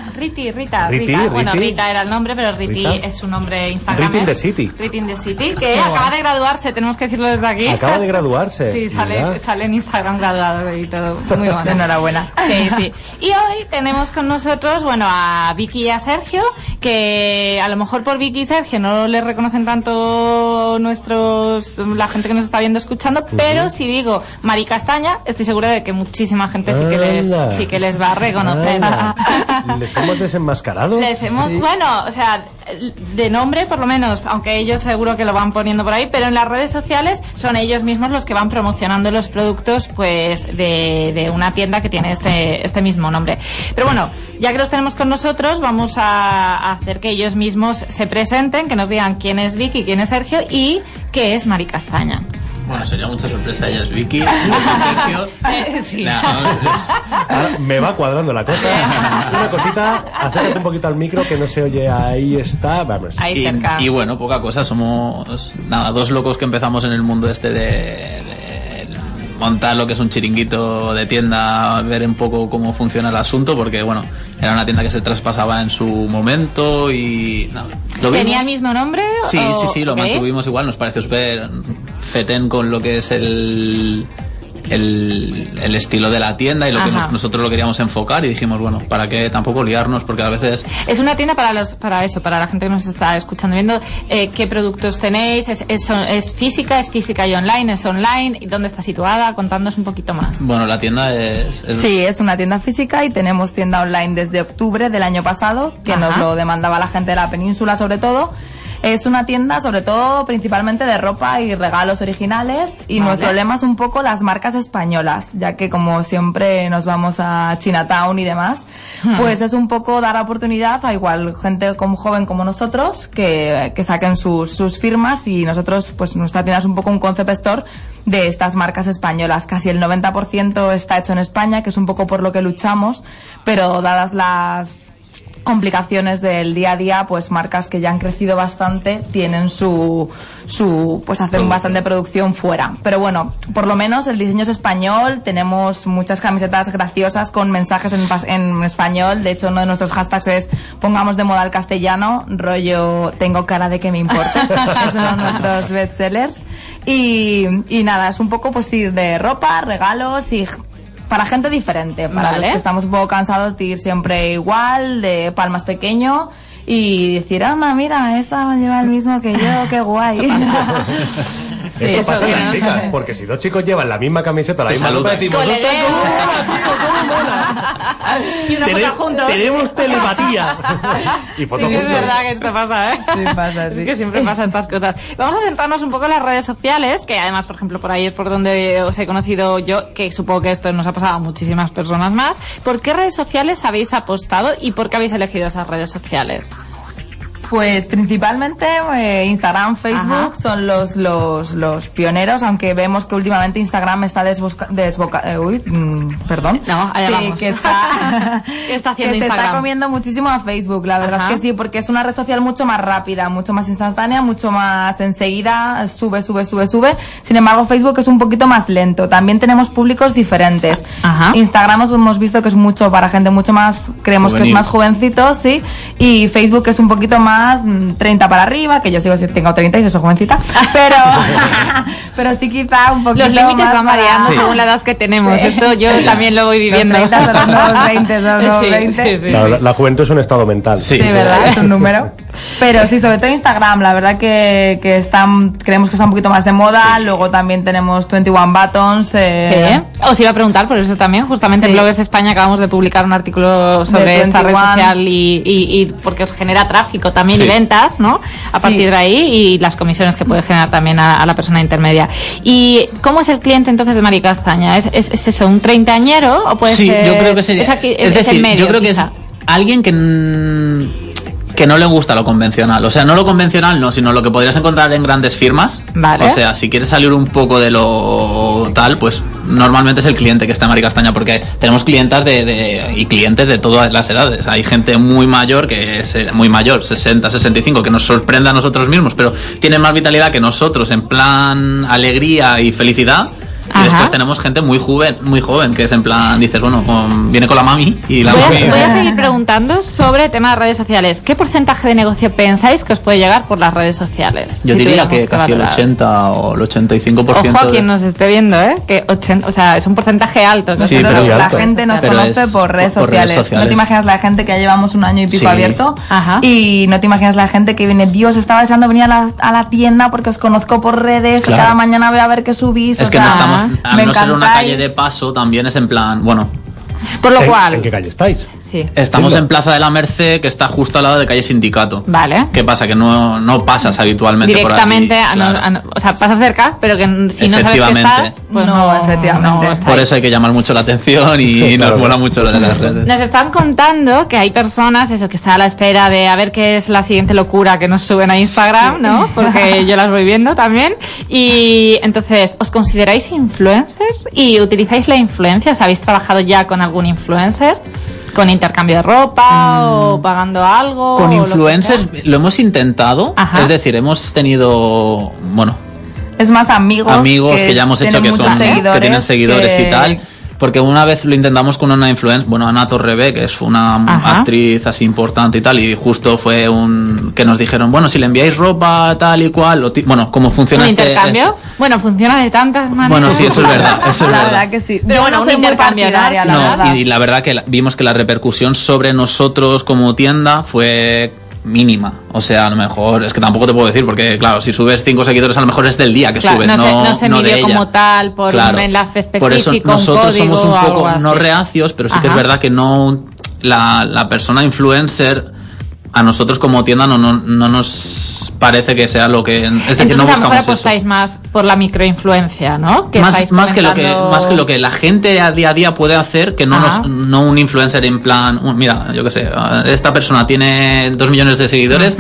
Speaker 27: a Riti, Rita,
Speaker 2: Riti,
Speaker 27: Rita. Bueno,
Speaker 2: Riti.
Speaker 27: Rita era el nombre, pero Riti
Speaker 2: Rita.
Speaker 27: es un nombre Instagram. ¿eh?
Speaker 2: Rita in the City.
Speaker 27: Riti in the City, que acaba de graduarse, tenemos que decirlo desde aquí.
Speaker 2: Acaba de graduarse.
Speaker 27: Sí, sale,
Speaker 2: ¿verdad?
Speaker 27: sale en Instagram graduado y todo. Muy bueno. Enhorabuena. Sí, sí. Y hoy tenemos con nosotros, bueno, a Vicky y a Sergio, que a lo mejor por Vicky y Sergio no les reconocen tanto nuestros la gente que nos está viendo escuchando, pero si digo Mari Castaña, estoy segura de que muchísima gente sí que
Speaker 2: Anda.
Speaker 27: les, sí que les va a reconocer.
Speaker 2: Anda. Les hemos desenmascarado.
Speaker 27: Les hemos,
Speaker 2: Sí.
Speaker 27: bueno, o sea, de nombre por lo menos, aunque ellos seguro que lo van poniendo por ahí, pero en las redes sociales son ellos mismos los que van promocionando los productos, pues, de, de una tienda que tiene este, este mismo nombre. Pero bueno, ya que los tenemos con nosotros, vamos a, a hacer que ellos mismos se presenten, que nos digan quién es Vicky, quién es Sergio y qué es Mari Castaña.
Speaker 28: Bueno, sería mucha sorpresa. Ella es Vicky, yo soy Sergio.
Speaker 27: Eh, sí.
Speaker 2: Ahora me va cuadrando la cosa. Una cosita, acércate un poquito al micro que no se oye. Ahí está, vamos.
Speaker 28: y, y bueno, poca cosa, somos nada, dos locos que empezamos en el mundo este de, de montar lo que es un chiringuito de tienda, ver un poco cómo funciona el asunto, porque bueno, era una tienda que se traspasaba en su momento y nada. Lo vimos.
Speaker 27: ¿Tenía el mismo nombre?
Speaker 28: Sí,
Speaker 27: o-
Speaker 28: sí, sí, lo
Speaker 27: ok.
Speaker 28: mantuvimos igual, nos parece súper fetén con lo que es el, el, el estilo de la tienda y lo que
Speaker 27: Ajá.
Speaker 28: nos- nosotros lo queríamos enfocar y dijimos, bueno, ¿para qué tampoco liarnos? Porque a veces
Speaker 27: Es una tienda para los, para eso, para la gente que nos está escuchando viendo. eh, ¿Qué productos tenéis? ¿Es, es, es física? ¿Es física y online? ¿Es online? ¿Y ¿Dónde está situada? Contándonos un poquito más.
Speaker 28: Bueno, la tienda es... es-
Speaker 5: Sí, es una tienda física y tenemos tienda online desde octubre del año pasado, que
Speaker 27: Ajá.
Speaker 5: nos lo demandaba la gente de la península sobre todo. Es una tienda sobre todo principalmente de ropa y regalos originales y
Speaker 27: Vale.
Speaker 5: nuestro lema es un poco las marcas españolas, ya que como siempre nos vamos a Chinatown y demás,
Speaker 27: Hmm.
Speaker 5: pues es un poco dar oportunidad a igual gente como joven como nosotros que, que saquen sus, sus firmas y nosotros pues nuestra tienda es un poco un concept store de estas marcas españolas. Casi el 90% está hecho en España, que es un poco por lo que luchamos, pero dadas las complicaciones del día a día, pues marcas que ya han crecido bastante tienen su, su pues hacen bastante producción fuera. Pero bueno, por lo menos el diseño es español, tenemos muchas camisetas graciosas con mensajes en, pas- en español, de hecho uno de nuestros hashtags es pongamos de moda el castellano, rollo tengo cara de que me importa, es uno de nuestros bestsellers. Y, y nada, es un poco pues ir de ropa, regalos y para gente diferente, para
Speaker 27: Vale.
Speaker 5: los que estamos un poco cansados de ir siempre igual, de palmas pequeño y decir, anda, mira, esta va a llevar el mismo que yo, qué guay. Sí,
Speaker 2: Esto
Speaker 5: eso
Speaker 2: pasa en
Speaker 5: que
Speaker 2: las
Speaker 5: no
Speaker 2: chicas,
Speaker 5: sé.
Speaker 2: porque si dos chicos llevan la misma camiseta, la
Speaker 4: Te
Speaker 2: misma ropa,
Speaker 4: saludas.
Speaker 2: decimos,
Speaker 4: Con el
Speaker 2: "Hostia,
Speaker 4: dedo".
Speaker 5: y una foto juntos.
Speaker 4: tenemos telepatía.
Speaker 2: y
Speaker 27: Sí,
Speaker 2: foto
Speaker 27: que es
Speaker 2: juntos.
Speaker 27: verdad que esto pasa, ¿eh? Sí, pasa, Es que siempre pasan estas cosas. Vamos a centrarnos un poco en las redes sociales, que además, por ejemplo, por ahí es por donde os he conocido yo, que supongo que esto nos ha pasado a muchísimas personas más. ¿Por qué redes sociales habéis apostado y por qué habéis elegido esas redes sociales?
Speaker 5: Pues principalmente eh, Instagram, Facebook son los, los, los pioneros, aunque vemos que últimamente Instagram está desboca... desboca eh, uy, mm, perdón. No,
Speaker 27: allá
Speaker 5: sí,
Speaker 27: vamos.
Speaker 5: que está,
Speaker 27: ¿Qué está haciendo
Speaker 5: que se
Speaker 27: Instagram?
Speaker 5: está comiendo muchísimo a Facebook, la verdad
Speaker 27: Ajá.
Speaker 5: que sí, porque es una red social mucho más rápida, mucho más instantánea, mucho más enseguida, sube, sube, sube, sube. Sin embargo, Facebook es un poquito más lento. También tenemos públicos diferentes. Instagram os hemos visto que es mucho para gente mucho más, creemos que
Speaker 27: Juvenil.
Speaker 5: es más jovencitos, sí. Y Facebook es un poquito más mm, 30 para arriba, que yo sigo si tengo 30 y soy jovencita. Pero, pero sí quizá un poquito
Speaker 27: Los límites
Speaker 5: más
Speaker 27: van
Speaker 5: para-
Speaker 27: variando según la edad que tenemos. Esto yo también lo voy viviendo.
Speaker 5: Los 30 son los 20, son los
Speaker 27: Sí,
Speaker 5: 20.
Speaker 27: sí, sí.
Speaker 2: La, la juventud es un estado mental.
Speaker 5: Sí, ¿verdad? Es un número. Pero sí, sobre todo Instagram, la verdad que, que están, creemos que está un poquito más de moda. Luego también tenemos 21 Buttons. eh,
Speaker 27: Sí. Os iba a preguntar por eso también. Justamente
Speaker 5: Sí.
Speaker 27: en Blogs España acabamos de publicar un artículo sobre
Speaker 5: De
Speaker 27: esta red
Speaker 5: 21.
Speaker 27: social y, y- y porque os genera tráfico también y
Speaker 5: Sí.
Speaker 27: ventas, ¿no? A partir de ahí y las comisiones que puede generar también a, a la persona intermedia. ¿Y cómo es el cliente entonces de Mari Castaña? ¿Es, es, es eso, un treintañero o puede
Speaker 28: sí,
Speaker 27: ser-
Speaker 28: yo creo que sería.
Speaker 27: Es, aquí- es-
Speaker 28: es
Speaker 27: es
Speaker 28: decir,
Speaker 27: el medio,
Speaker 28: yo creo que es
Speaker 27: quizá?
Speaker 28: alguien que mm, que no le gusta lo convencional, o sea, no lo convencional no, sino lo que podrías encontrar en grandes firmas.
Speaker 27: Vale.
Speaker 28: O sea, si quieres salir un poco de lo tal, pues normalmente es el cliente que está en Mari Castaña, porque tenemos clientas de, de- y clientes de todas las edades. Hay gente muy mayor que es eh, muy mayor, 60, 65, que nos sorprende a nosotros mismos, pero tienen más vitalidad que nosotros, en plan alegría y felicidad. Y después tenemos gente muy joven, muy joven, que es en plan, dices, bueno, con- viene con la mami y la
Speaker 27: Voy a,
Speaker 28: mami.
Speaker 27: voy a seguir preguntando sobre el tema de redes sociales. ¿Qué porcentaje de negocio pensáis que os puede llegar por las redes sociales?
Speaker 28: Yo
Speaker 27: Si
Speaker 28: diría
Speaker 27: tuviéramos
Speaker 28: que casi el
Speaker 27: valorar.
Speaker 28: 80 o el 85%.
Speaker 27: Ojo a
Speaker 28: de-
Speaker 27: quien nos esté viendo, ¿eh? Que 80, o sea, es un porcentaje alto. que
Speaker 28: Sí,
Speaker 27: nosotros-
Speaker 28: pero-
Speaker 5: la
Speaker 28: Alto.
Speaker 5: gente nos
Speaker 28: Pero
Speaker 5: conoce
Speaker 28: es
Speaker 5: por redes,
Speaker 28: por redes
Speaker 5: sociales. No
Speaker 28: sociales.
Speaker 5: te imaginas la gente que ya llevamos un año y pico
Speaker 28: Sí.
Speaker 5: abierto y no te imaginas la gente que viene, Dios, estaba deseando venir a la, a la tienda porque os conozco por redes,
Speaker 28: Claro.
Speaker 5: cada mañana voy a ver qué subís.
Speaker 28: Es
Speaker 5: o
Speaker 28: que no
Speaker 5: sea,
Speaker 28: estamos. Al
Speaker 5: me
Speaker 28: no ser una
Speaker 5: encantáis.
Speaker 28: calle de paso, también es en plan. Bueno,
Speaker 27: Por
Speaker 28: lo
Speaker 27: cual-
Speaker 2: ¿En qué calle estáis?
Speaker 27: Sí.
Speaker 28: estamos en Plaza de la Merced, que está justo al lado de calle Sindicato.
Speaker 27: Vale.
Speaker 28: ¿Qué pasa? Que no, no pasas habitualmente
Speaker 27: Directamente,
Speaker 28: por
Speaker 27: a
Speaker 28: aquí.
Speaker 27: no-
Speaker 28: claro.
Speaker 27: a no- o sea, pasas cerca, pero que n- si no sabes que
Speaker 28: Efectivamente.
Speaker 27: estás, pues no, efectivamente.
Speaker 28: Por eso hay que llamar mucho la atención y nos mola mucho lo de las redes.
Speaker 27: Nos están contando que hay personas, eso, que están a la espera de a ver qué es la siguiente locura que nos suben a Instagram, ¿no? Porque yo las voy viendo también. Y entonces, ¿os consideráis influencers? ¿Y utilizáis la influencia? O sea, ¿Habéis trabajado ya con algún influencer? ¿Con intercambio de ropa o pagando algo?
Speaker 28: Mm. Con
Speaker 27: o lo que
Speaker 28: influencers
Speaker 27: sea?
Speaker 28: lo hemos intentado, es decir, hemos tenido, bueno,
Speaker 5: Es más, amigos.
Speaker 28: amigos que, ya hemos hecho
Speaker 5: tienen
Speaker 28: que
Speaker 5: muchos
Speaker 28: son que tienen seguidores
Speaker 5: que-
Speaker 28: y tal porque una vez lo intentamos con una influencer, bueno, Ana Torrebe, que es una actriz así importante y tal, y justo fue un que nos dijeron, bueno, si le enviáis ropa tal y cual, o ti- bueno, cómo funciona
Speaker 27: ¿Un
Speaker 28: este-
Speaker 27: intercambio? Bueno, funciona de tantas maneras.
Speaker 28: Bueno, sí, eso es verdad, eso es
Speaker 5: La
Speaker 28: verdad.
Speaker 5: verdad que sí.
Speaker 27: Pero
Speaker 5: Yo
Speaker 27: bueno,
Speaker 5: no
Speaker 27: un
Speaker 5: soy muy
Speaker 27: intercambio, ¿no?
Speaker 5: partidaria, la
Speaker 28: No,
Speaker 5: verdad.
Speaker 28: y la verdad que la- vimos que la repercusión sobre nosotros como tienda fue mínima. O sea, a lo mejor, es que tampoco te puedo decir, porque claro, si subes cinco seguidores, a lo mejor es del día que
Speaker 27: Claro,
Speaker 28: subes,
Speaker 27: no,
Speaker 28: no,
Speaker 27: se, no se
Speaker 28: no
Speaker 27: midió
Speaker 28: de
Speaker 27: como
Speaker 28: ella.
Speaker 27: tal por
Speaker 28: Claro.
Speaker 27: un enlace específico,
Speaker 28: Por eso
Speaker 27: un
Speaker 28: nosotros
Speaker 27: código
Speaker 28: somos un
Speaker 27: o algo
Speaker 28: poco no
Speaker 27: así.
Speaker 28: reacios, pero sí que es
Speaker 27: Ajá.
Speaker 28: verdad que no la, la persona influencer a nosotros como tienda no, no, no nos parece que sea lo que es decir
Speaker 27: Entonces
Speaker 28: no
Speaker 27: a lo mejor
Speaker 28: buscamos eso.
Speaker 27: apostáis más por la microinfluencia, ¿no?
Speaker 28: más,
Speaker 27: estáis
Speaker 28: más que lo que
Speaker 27: comentando-
Speaker 28: más que lo que la gente a día a día puede hacer que no
Speaker 27: Ajá.
Speaker 28: nos- no un influencer en plan un- mira yo qué sé eh, esta persona tiene dos millones de seguidores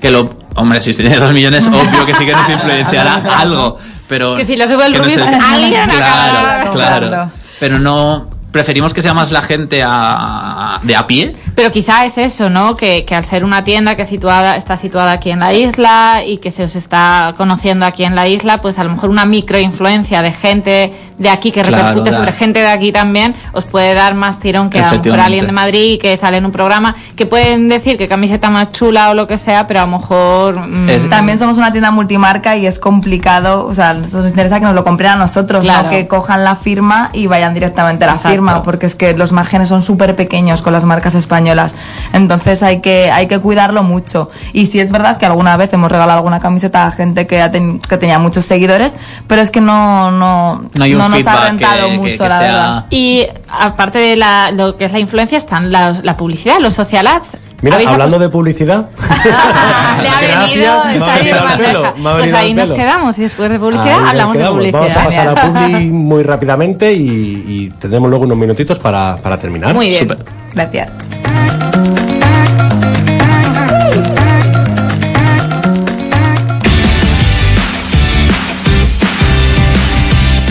Speaker 28: que lo hombre si tiene dos millones obvio que sí que nos influenciará algo pero
Speaker 27: Que si lo sube el
Speaker 28: que no
Speaker 27: Rubius,
Speaker 28: sé-
Speaker 27: alguien acabará
Speaker 28: claro,
Speaker 27: comprando.
Speaker 28: claro pero no preferimos que sea más la gente a- de a pie
Speaker 27: Pero quizá es eso, ¿no? Que, que al ser una tienda que situada, está situada aquí en la isla y que se os está conociendo aquí en la isla, pues a lo mejor una microinfluencia de gente de aquí que
Speaker 26: Claro,
Speaker 27: repercute
Speaker 26: da-
Speaker 27: sobre gente de aquí también, os puede dar más tirón que a lo mejor
Speaker 26: Efectivamente.
Speaker 27: alguien de Madrid que sale en un programa, que pueden decir que camiseta más chula o lo que sea, pero a lo mejor... mm,
Speaker 5: También somos una tienda multimarca y es complicado, o sea, nos interesa que nos lo compren a nosotros,
Speaker 27: Claro.
Speaker 5: no que cojan la firma y vayan directamente a la
Speaker 27: Exacto.
Speaker 5: firma, porque es que los márgenes son súper pequeños con las marcas españolas. Entonces hay que, hay que cuidarlo mucho. Y sí es verdad que alguna vez hemos regalado alguna camiseta a gente que, ha ten- que tenía muchos seguidores, pero es que no, no,
Speaker 26: No hay un
Speaker 5: nos ha
Speaker 26: feedback
Speaker 5: rentado
Speaker 26: que- que-
Speaker 5: mucho,
Speaker 26: que
Speaker 5: la
Speaker 26: sea-
Speaker 5: verdad.
Speaker 27: Y aparte de la- lo que es la influencia, están la, la publicidad, los social ads.
Speaker 2: Mira,
Speaker 27: ¿Habéis
Speaker 2: hablando de publicidad.
Speaker 27: Le ha venido,
Speaker 2: Gracias, me
Speaker 27: está
Speaker 2: ha venido
Speaker 27: bien,
Speaker 2: al pelo,
Speaker 27: bandeja.
Speaker 2: me ha
Speaker 27: Pues
Speaker 2: venido
Speaker 27: ahí
Speaker 2: al
Speaker 27: nos
Speaker 2: pelo.
Speaker 27: quedamos y después de publicidad
Speaker 2: Ahí nos
Speaker 27: hablamos de
Speaker 2: quedamos.
Speaker 27: publicidad.
Speaker 2: Vamos a pasar a publi muy rápidamente y, y tendremos luego unos minutitos para, para terminar.
Speaker 27: Muy bien.
Speaker 2: Súper.
Speaker 5: Gracias.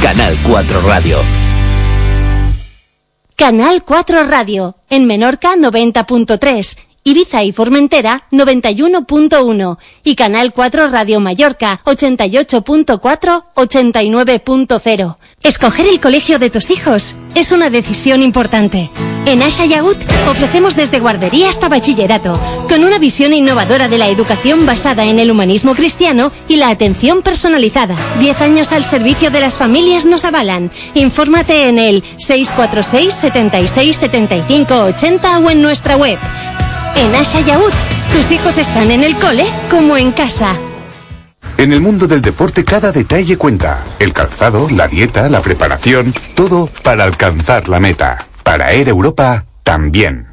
Speaker 7: Canal 4 Radio.
Speaker 29: Canal 4 Radio, en Menorca 90.3, Ibiza y Formentera 91.1 y Canal 4 Radio Mallorca 88.4, 89.0.
Speaker 8: Escoger el colegio de tus hijos es una decisión importante. En Asha Yagut ofrecemos desde guardería hasta bachillerato, con una visión innovadora de la educación basada en el humanismo cristiano y la atención personalizada. Diez años al servicio de las familias nos avalan. Infórmate en el 646 76 75 80 o en nuestra web. En Asha Yagut, tus hijos están en el cole como en casa.
Speaker 10: En el mundo del deporte cada detalle cuenta. El calzado, la dieta, la preparación, todo para alcanzar la meta. Para Air Europa también.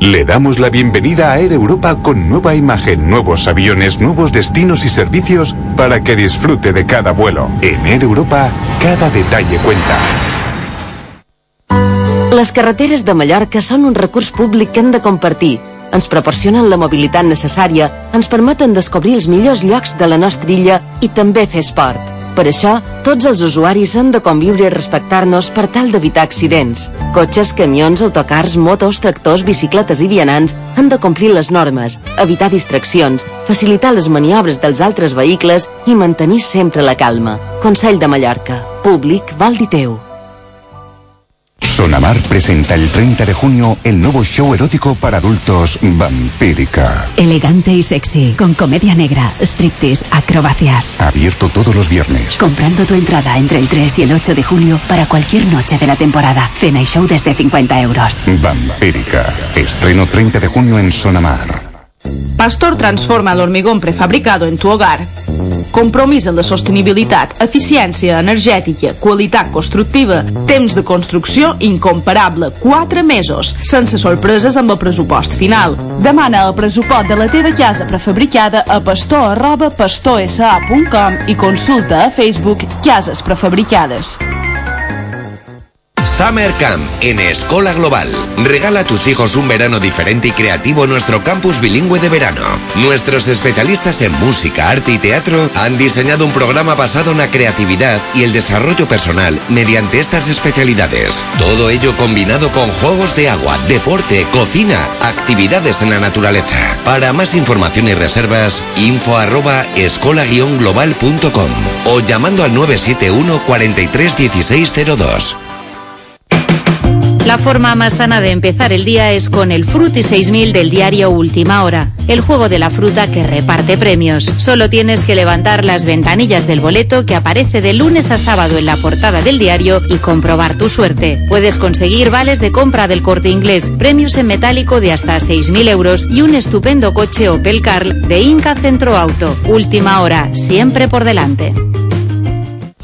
Speaker 10: Le damos la bienvenida a Air Europa con nueva imagen, nuevos aviones, nuevos destinos y servicios para que disfrute de cada vuelo. En Air Europa cada detalle cuenta.
Speaker 9: Les carreteres de Mallorca són un recurs públic que hem de compartir. Ens proporcionen la mobilitat necessària, ens permeten descobrir els millors llocs de la nostra illa i també fer esport. Per això, tots els usuaris han de conviure i respectar-nos per tal d'evitar accidents. Cotxes, camions, autocars, motos, tractors, bicicletes i vianants han de complir les normes, evitar distraccions, facilitar les maniobres dels altres vehicles i mantenir sempre la calma. Consell de Mallorca. Públic, valdi teu.
Speaker 10: Sonamar presenta el 30 de junio el nuevo show erótico para adultos Vampírica.
Speaker 18: Elegante y sexy, con comedia negra, striptease, acrobacias.
Speaker 10: Abierto todos los viernes.
Speaker 18: Comprando tu entrada entre el 3 y el 8 de julio para cualquier noche de la temporada. Cena y show desde 50 euros.
Speaker 10: Vampírica. Estreno 30 de junio en Sonamar.
Speaker 11: Pastor transforma el hormigón prefabricado en tu hogar. Compromís en la sostenibilitat, eficiència energètica, qualitat constructiva, temps de construcció incomparable, 4 mesos, sense sorpreses amb el pressupost final. Demana el pressupost de la teva casa prefabricada a pastor arroba pastorsa.com i consulta a Facebook Cases Prefabricades.
Speaker 12: Summer Camp en Escola Global. Regala a tus hijos un verano diferente y creativo en nuestro campus bilingüe de verano. Nuestros especialistas en música, arte y teatro han diseñado un programa basado en la creatividad y el desarrollo personal mediante estas especialidades. Todo ello combinado con juegos de agua, deporte, cocina, actividades en la naturaleza. Para más información y reservas, info arroba escola-global.com o llamando al 971 43 1602.
Speaker 13: La forma más sana de empezar el día es con el Fruti 6000 del diario Última Hora, el juego de la fruta que reparte premios. Solo tienes que levantar las ventanillas del boleto que aparece de lunes a sábado en la portada del diario y comprobar tu suerte. Puedes conseguir vales de compra del corte inglés, premios en metálico de hasta 6.000 euros y un estupendo coche Opel Carl de Inca Centro Auto. Última Hora, siempre por delante.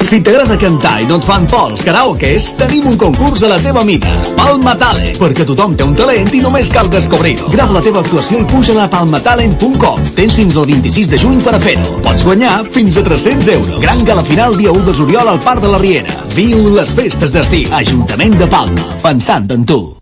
Speaker 6: Si t'agrada cantar i no et fan por els karaokes, tenim un concurs a la teva mida. Palma Talent, perquè tothom té un talent i només cal descobrir-ho. Grava la teva actuació i puja a palmatalent.com. Tens fins al 26 de juny per a fer-ho. Pots guanyar fins a 300 euros. Gran gala final dia 1 de juliol al Parc de la Riera. Viu les festes d'estiu. Ajuntament de Palma, pensant en tu.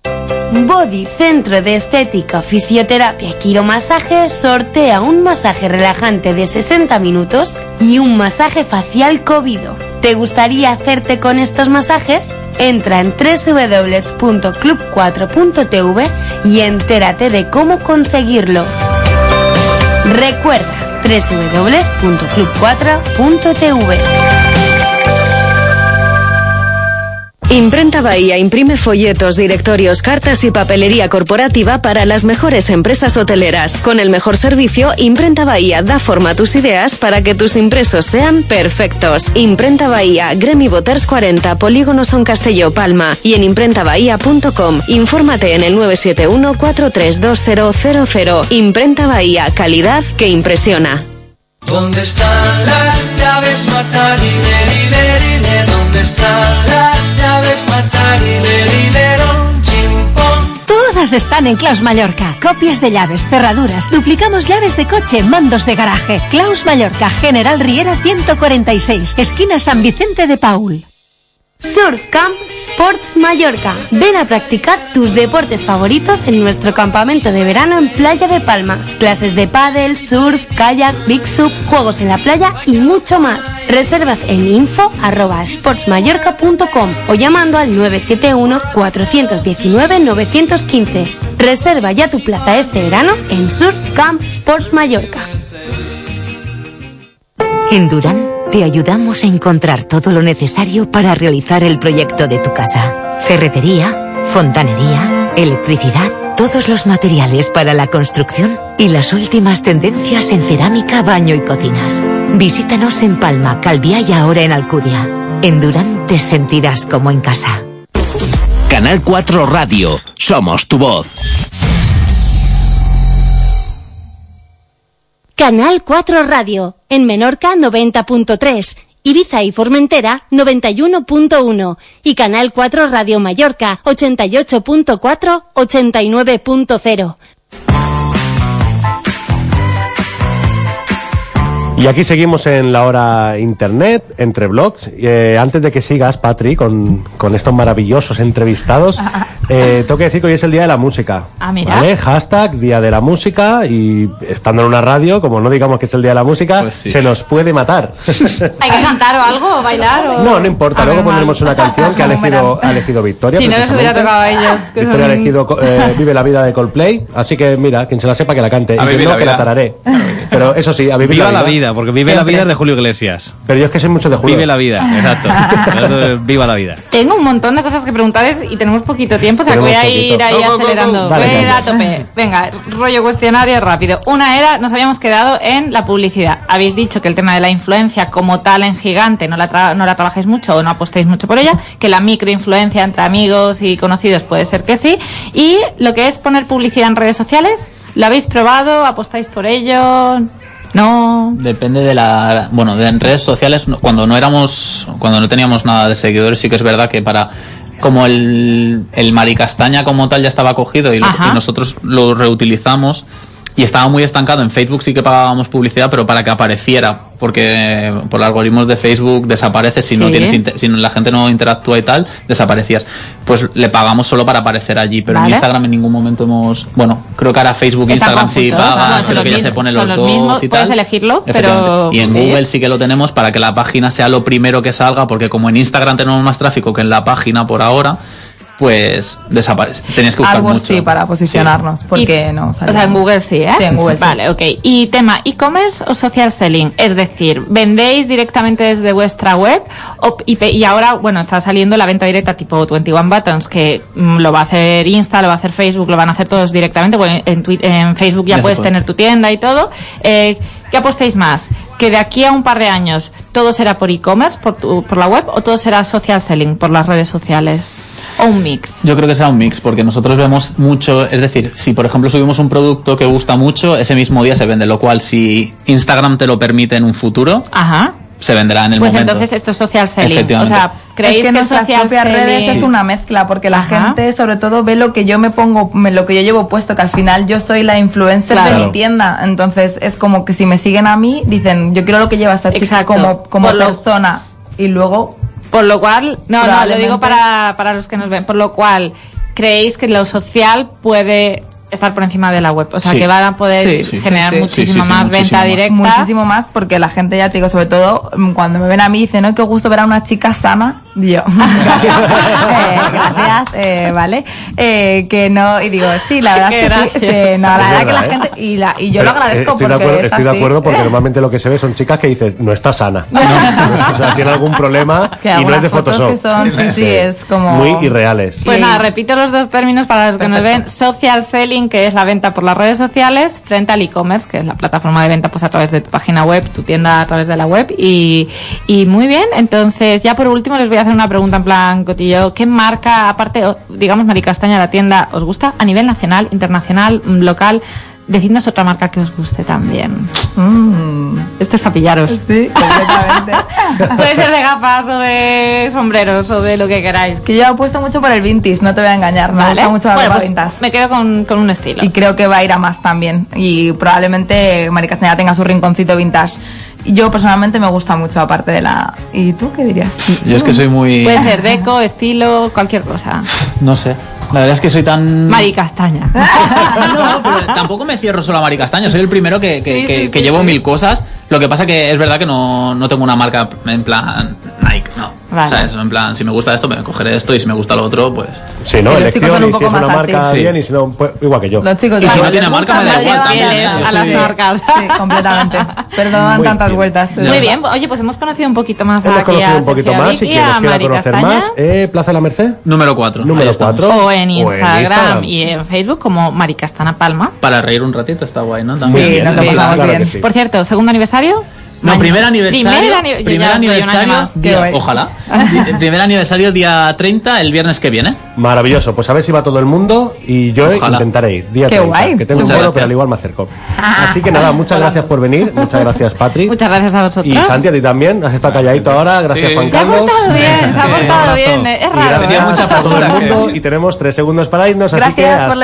Speaker 8: Body Centro de Estética, Fisioterapia y Quiromasaje sortea un masaje relajante de 60 minutos y un masaje facial COVID.
Speaker 14: ¿Te gustaría hacerte con estos masajes? Entra en www.club4.tv y entérate de cómo conseguirlo. Recuerda www.club4.tv.
Speaker 15: Imprenta Bahía imprime folletos, directorios, cartas y papelería corporativa para las mejores empresas hoteleras. Con el mejor servicio, Imprenta Bahía da forma a tus ideas para que tus impresos sean perfectos. Imprenta Bahía, Gremi Boters 40, Polígono Son Castelló, Palma y en imprentabahía.com. Infórmate en el 971-432000. Imprenta Bahía, calidad que impresiona.
Speaker 16: ¿Dónde están las llaves, Matarile, dile, dile? ¿Dónde están las llaves, Matarile, dile, don? Chim, pom.
Speaker 30: Todas están en Claus Mallorca. Copias de llaves, cerraduras, duplicamos llaves de coche, mandos de garaje. Claus Mallorca, General Riera 146, esquina San Vicente de Paul.
Speaker 14: Surf Camp Sports Mallorca. Ven a practicar tus deportes favoritos en nuestro campamento de verano en Playa de Palma. Clases de pádel, surf, kayak, big sub, juegos en la playa y mucho más. Reservas en info arroba sportsmallorca.com o llamando al 971 419 915. Reserva ya tu plaza este verano en Surf Camp Sports Mallorca.
Speaker 18: En Durán te ayudamos a encontrar todo lo necesario para realizar el proyecto de tu casa. Ferretería, fontanería, electricidad, todos los materiales para la construcción y las últimas tendencias en cerámica, baño y cocinas. Visítanos en Palma, Calviá y ahora en Alcudia. En Durán te sentirás como en casa.
Speaker 7: Canal 4 Radio. Somos tu voz.
Speaker 8: Canal 4 Radio, en Menorca 90.3, Ibiza y Formentera 91.1 y Canal 4 Radio Mallorca 88.4, 89.0.
Speaker 2: Y aquí seguimos en la hora internet, entre blogs. Eh, antes de que sigas, Patri, con, con estos maravillosos entrevistados, eh, tengo que decir que hoy es el Día de la Música.
Speaker 27: Ah, mira.
Speaker 2: ¿Vale? Hashtag Día de la Música y estando en una radio, como no digamos que es el Día de la Música, se nos puede matar.
Speaker 27: Hay que cantar o algo, o bailar o...
Speaker 2: no, no importa, luego pondremos una canción que ha elegido, ha elegido Victoria.
Speaker 27: Si no les hubiera
Speaker 2: precisamente.
Speaker 27: tocado a ellos. que
Speaker 2: Victoria ha
Speaker 27: son-
Speaker 2: elegido co- eh, Vive la vida de Coldplay, así que mira, quien se la sepa que la cante, y
Speaker 1: A
Speaker 2: quien
Speaker 1: vivir
Speaker 2: no,
Speaker 1: la
Speaker 2: que la
Speaker 1: vida.
Speaker 2: tararé. Pero eso sí, a vivir
Speaker 1: Viva la vida, porque vive la
Speaker 2: Siempre.
Speaker 1: vida es de Julio Iglesias.
Speaker 2: Pero yo es que soy mucho de Julio.
Speaker 1: Vive la vida, exacto. Entonces, Viva la vida.
Speaker 27: Tengo un montón de cosas que preguntaros y tenemos poquito tiempo, o sea que voy
Speaker 1: Tenemos
Speaker 27: a ir
Speaker 1: poquito. Go,
Speaker 27: ahí
Speaker 1: go, go,
Speaker 27: acelerando.
Speaker 1: go. Dale,
Speaker 27: voy a ir
Speaker 1: calla.
Speaker 27: a tope. Venga, rollo cuestionario rápido. Una era, nos habíamos quedado en la publicidad. Habéis dicho que el tema de la influencia como tal en gigante no la, tra- no la trabajáis mucho o no apostéis mucho por ella, que la microinfluencia entre amigos y conocidos puede ser que sí. Y lo que es poner publicidad en redes sociales, ¿lo habéis probado? ¿Apostáis por ello? No.
Speaker 28: Depende de la. Bueno, de en redes sociales, no- cuando no éramos. Cuando no teníamos nada de seguidores, sí que es verdad que para. Como el, el maricastaña como tal ya estaba cogido y, lo- y nosotros lo reutilizamos y estaba muy estancado. En Facebook sí que pagábamos publicidad, pero para que apareciera, porque por algoritmos de Facebook desaparece si no
Speaker 6: Sí.
Speaker 28: tienes inter- si no- la gente no interactúa y tal, desaparecías. Pues le pagamos solo para aparecer allí, pero en
Speaker 6: Vale.
Speaker 28: Instagram en ningún momento hemos. Bueno, creo que ahora Facebook,
Speaker 6: Están
Speaker 28: Instagram sí
Speaker 6: conjuntos,
Speaker 28: paga,
Speaker 6: ¿no? Son
Speaker 28: creo
Speaker 6: los
Speaker 28: que ya se
Speaker 6: mismos-
Speaker 28: ponen
Speaker 6: son
Speaker 28: los,
Speaker 6: los
Speaker 28: dos
Speaker 6: mismos,
Speaker 28: y tal.
Speaker 6: puedes elegirlo,
Speaker 28: Efectivamente.
Speaker 6: pero-
Speaker 28: Y en
Speaker 6: sí.
Speaker 28: Google sí que lo tenemos para que la página sea lo primero que salga, porque como en Instagram tenemos más tráfico que en la página por ahora, pues desaparece. Tenías que buscar
Speaker 5: Algo
Speaker 28: mucho.
Speaker 5: sí para posicionarnos, porque no
Speaker 27: O sea, en Google sí, ¿eh?
Speaker 5: Sí, en Google sí.
Speaker 27: Vale, ok. ¿Y tema e-commerce o social selling? Es decir, ¿vendéis directamente desde vuestra web? O- y, pe- y ahora, bueno, está saliendo la venta directa tipo 21 Buttons, que mm, lo va a hacer Insta, lo va a hacer Facebook, lo van a hacer todos directamente. Bueno, en, Twi- en Facebook
Speaker 6: Ya
Speaker 27: ya
Speaker 6: se
Speaker 27: puedes
Speaker 6: puede.
Speaker 27: tener tu tienda y todo. Eh, ¿Qué apostéis más? ¿Que de aquí a un par de años todo será por e-commerce, por, tu- por la web, o todo será social selling, por las redes sociales? ¿O un mix?
Speaker 28: Yo creo que sea un mix, porque nosotros vemos mucho, es decir, si por ejemplo subimos un producto que gusta mucho, ese mismo día se vende, lo cual si Instagram te lo permite en un futuro,
Speaker 27: Ajá.
Speaker 28: se venderá en el
Speaker 27: Pues
Speaker 28: momento.
Speaker 27: entonces esto es social selling. O
Speaker 28: Efectivamente.
Speaker 27: sea,
Speaker 5: es
Speaker 27: creéis
Speaker 5: que,
Speaker 27: que, el
Speaker 5: nuestras
Speaker 27: social
Speaker 5: propias
Speaker 27: selling-
Speaker 5: redes es una mezcla porque la gente sobre todo ve lo que yo me pongo me- lo que yo llevo puesto que al final yo soy la influencer
Speaker 27: Claro.
Speaker 5: de mi tienda entonces es como que si me siguen a mí dicen yo quiero lo que lleva esta chica
Speaker 27: Exacto.
Speaker 5: como como
Speaker 27: Por lo-
Speaker 5: persona y luego
Speaker 27: por lo cual No, no, lo
Speaker 5: Probablemente.
Speaker 27: digo para, para los que nos ven. Por lo cual, creéis que lo social puede estar por encima de la web. O sea,
Speaker 5: Sí.
Speaker 27: que van a poder
Speaker 5: Sí, sí,
Speaker 27: generar
Speaker 5: sí, sí.
Speaker 27: muchísima más venta directa.
Speaker 5: Muchísimo más, porque la gente, ya te digo, sobre todo mm, cuando me ven a mí, dice, no, qué gusto ver a una chica sana. Y yo, gracias, eh, gracias, eh, ¿vale? Eh, que no, y digo, sí, la verdad es que sí,
Speaker 27: Gracias.
Speaker 5: sí, no, la
Speaker 2: Es
Speaker 5: verdad que la
Speaker 2: verdad, ¿eh?
Speaker 5: gente, y, la, y yo
Speaker 2: Pero,
Speaker 5: lo agradezco
Speaker 2: eh, estoy
Speaker 5: porque
Speaker 2: de acuerdo,
Speaker 5: es
Speaker 2: estoy de
Speaker 5: así.
Speaker 2: acuerdo porque normalmente lo que se ve son chicas que dicen no está sana o sea tiene algún problema
Speaker 5: Es que
Speaker 2: y no es
Speaker 5: algunas
Speaker 2: de
Speaker 5: fotos
Speaker 2: Photoshop
Speaker 5: que son, sí, sí, es como...
Speaker 2: muy irreales
Speaker 27: Pues nada, repito los dos términos para los que nos ven. Social selling, que es la venta por las redes sociales, frente al e-commerce, que es la plataforma de venta pues a través de tu página web, tu tienda a través de la web. Y, y muy bien, entonces ya por último les voy a hacer una pregunta en plan cotillo. ¿Qué marca, aparte, o- digamos, Maricastaña, la tienda, os gusta a nivel nacional, internacional, mm, local? Decidnos otra marca que os guste también. Mm. Esto es para pillaros.
Speaker 5: Sí,
Speaker 27: Puede ser de gafas o de sombreros o de lo que queráis.
Speaker 5: Que yo apuesto mucho por el vintage, no te voy a engañar, me gusta mucho la
Speaker 27: Bueno,
Speaker 5: ropa
Speaker 27: pues
Speaker 5: vintage.
Speaker 27: me quedo con, con un estilo.
Speaker 5: Y creo que va a ir a más también. Y probablemente Mari Castañeda tenga su rinconcito vintage. Yo personalmente me gusta mucho, aparte de la. ¿Y tú qué dirías?
Speaker 28: Yo es que soy muy.
Speaker 27: Puede ser deco, estilo, cualquier cosa.
Speaker 28: No sé. La verdad es que soy tan.
Speaker 27: Mari Castaña.
Speaker 28: Tampoco me cierro solo a Mari Castaño, soy el primero que, que,
Speaker 27: Sí,
Speaker 28: que-
Speaker 27: sí,
Speaker 28: que
Speaker 27: sí,
Speaker 28: llevo
Speaker 27: sí.
Speaker 28: mil cosas. Lo que pasa que es verdad que no, no tengo una marca en plan Nike, no.
Speaker 27: Vale.
Speaker 28: ¿Sabes? En plan, si me gusta esto, me cogeré esto y si me gusta lo otro, pues.
Speaker 2: Sí, no, elección y si es una marca bien y si no pues, igual que yo
Speaker 28: Y si no tiene marca, me da
Speaker 5: no
Speaker 28: igual
Speaker 5: llevan
Speaker 28: también.
Speaker 5: fieles
Speaker 28: ¿eh? Yo
Speaker 5: a las
Speaker 28: soy-
Speaker 5: marcas. Sí, completamente. Pero no dan
Speaker 28: Muy
Speaker 5: tantas vueltas. es
Speaker 27: Muy
Speaker 5: verdad.
Speaker 27: bien, oye, pues hemos conocido un poquito más
Speaker 2: hemos
Speaker 27: aquí
Speaker 2: conocido
Speaker 27: a
Speaker 2: un poquito
Speaker 27: Sergio
Speaker 2: más si
Speaker 27: Vic y
Speaker 2: quien
Speaker 27: a
Speaker 2: os quiera
Speaker 27: Mari
Speaker 2: conocer
Speaker 27: Castaña.
Speaker 2: más eh, Plaza de la Merced
Speaker 28: número 4
Speaker 2: número 4
Speaker 27: O en Instagram y en Facebook como Maricastana Palma.
Speaker 28: Para reír un ratito está guay, ¿no?
Speaker 27: Sí, nos lo pasamos bien.
Speaker 28: Sí.
Speaker 27: Por cierto, segundo aniversario.
Speaker 28: No,
Speaker 27: Mañana.
Speaker 28: primer aniversario.
Speaker 27: Primer,
Speaker 28: Primer,
Speaker 27: ani-
Speaker 28: aniversario. día-
Speaker 27: aniversario.
Speaker 28: ojalá. Di- primer aniversario día 30, el viernes que viene.
Speaker 2: maravilloso pues a ver si va todo el mundo y yo eh,
Speaker 28: Ojalá.
Speaker 2: intentaré ir día
Speaker 28: Qué
Speaker 2: 30,
Speaker 28: guay.
Speaker 2: que tengo un
Speaker 28: Muchas
Speaker 2: vuelo
Speaker 28: gracias.
Speaker 2: pero al igual me acerco así que nada muchas gracias por venir muchas gracias Patri
Speaker 27: Muchas gracias a vosotros.
Speaker 2: y Santi a ti también has estado calladito ahora gracias
Speaker 27: Sí.
Speaker 2: Juan
Speaker 27: Se ha
Speaker 2: Carlos
Speaker 27: portado bien, se ha
Speaker 2: Un
Speaker 27: portado
Speaker 2: abrazo.
Speaker 27: bien. eh. Es
Speaker 2: Y
Speaker 27: raro.
Speaker 2: gracias
Speaker 27: ¿eh?
Speaker 2: a todo el mundo y tenemos tres segundos para irnos así que
Speaker 27: Gracias por
Speaker 2: hasta
Speaker 27: la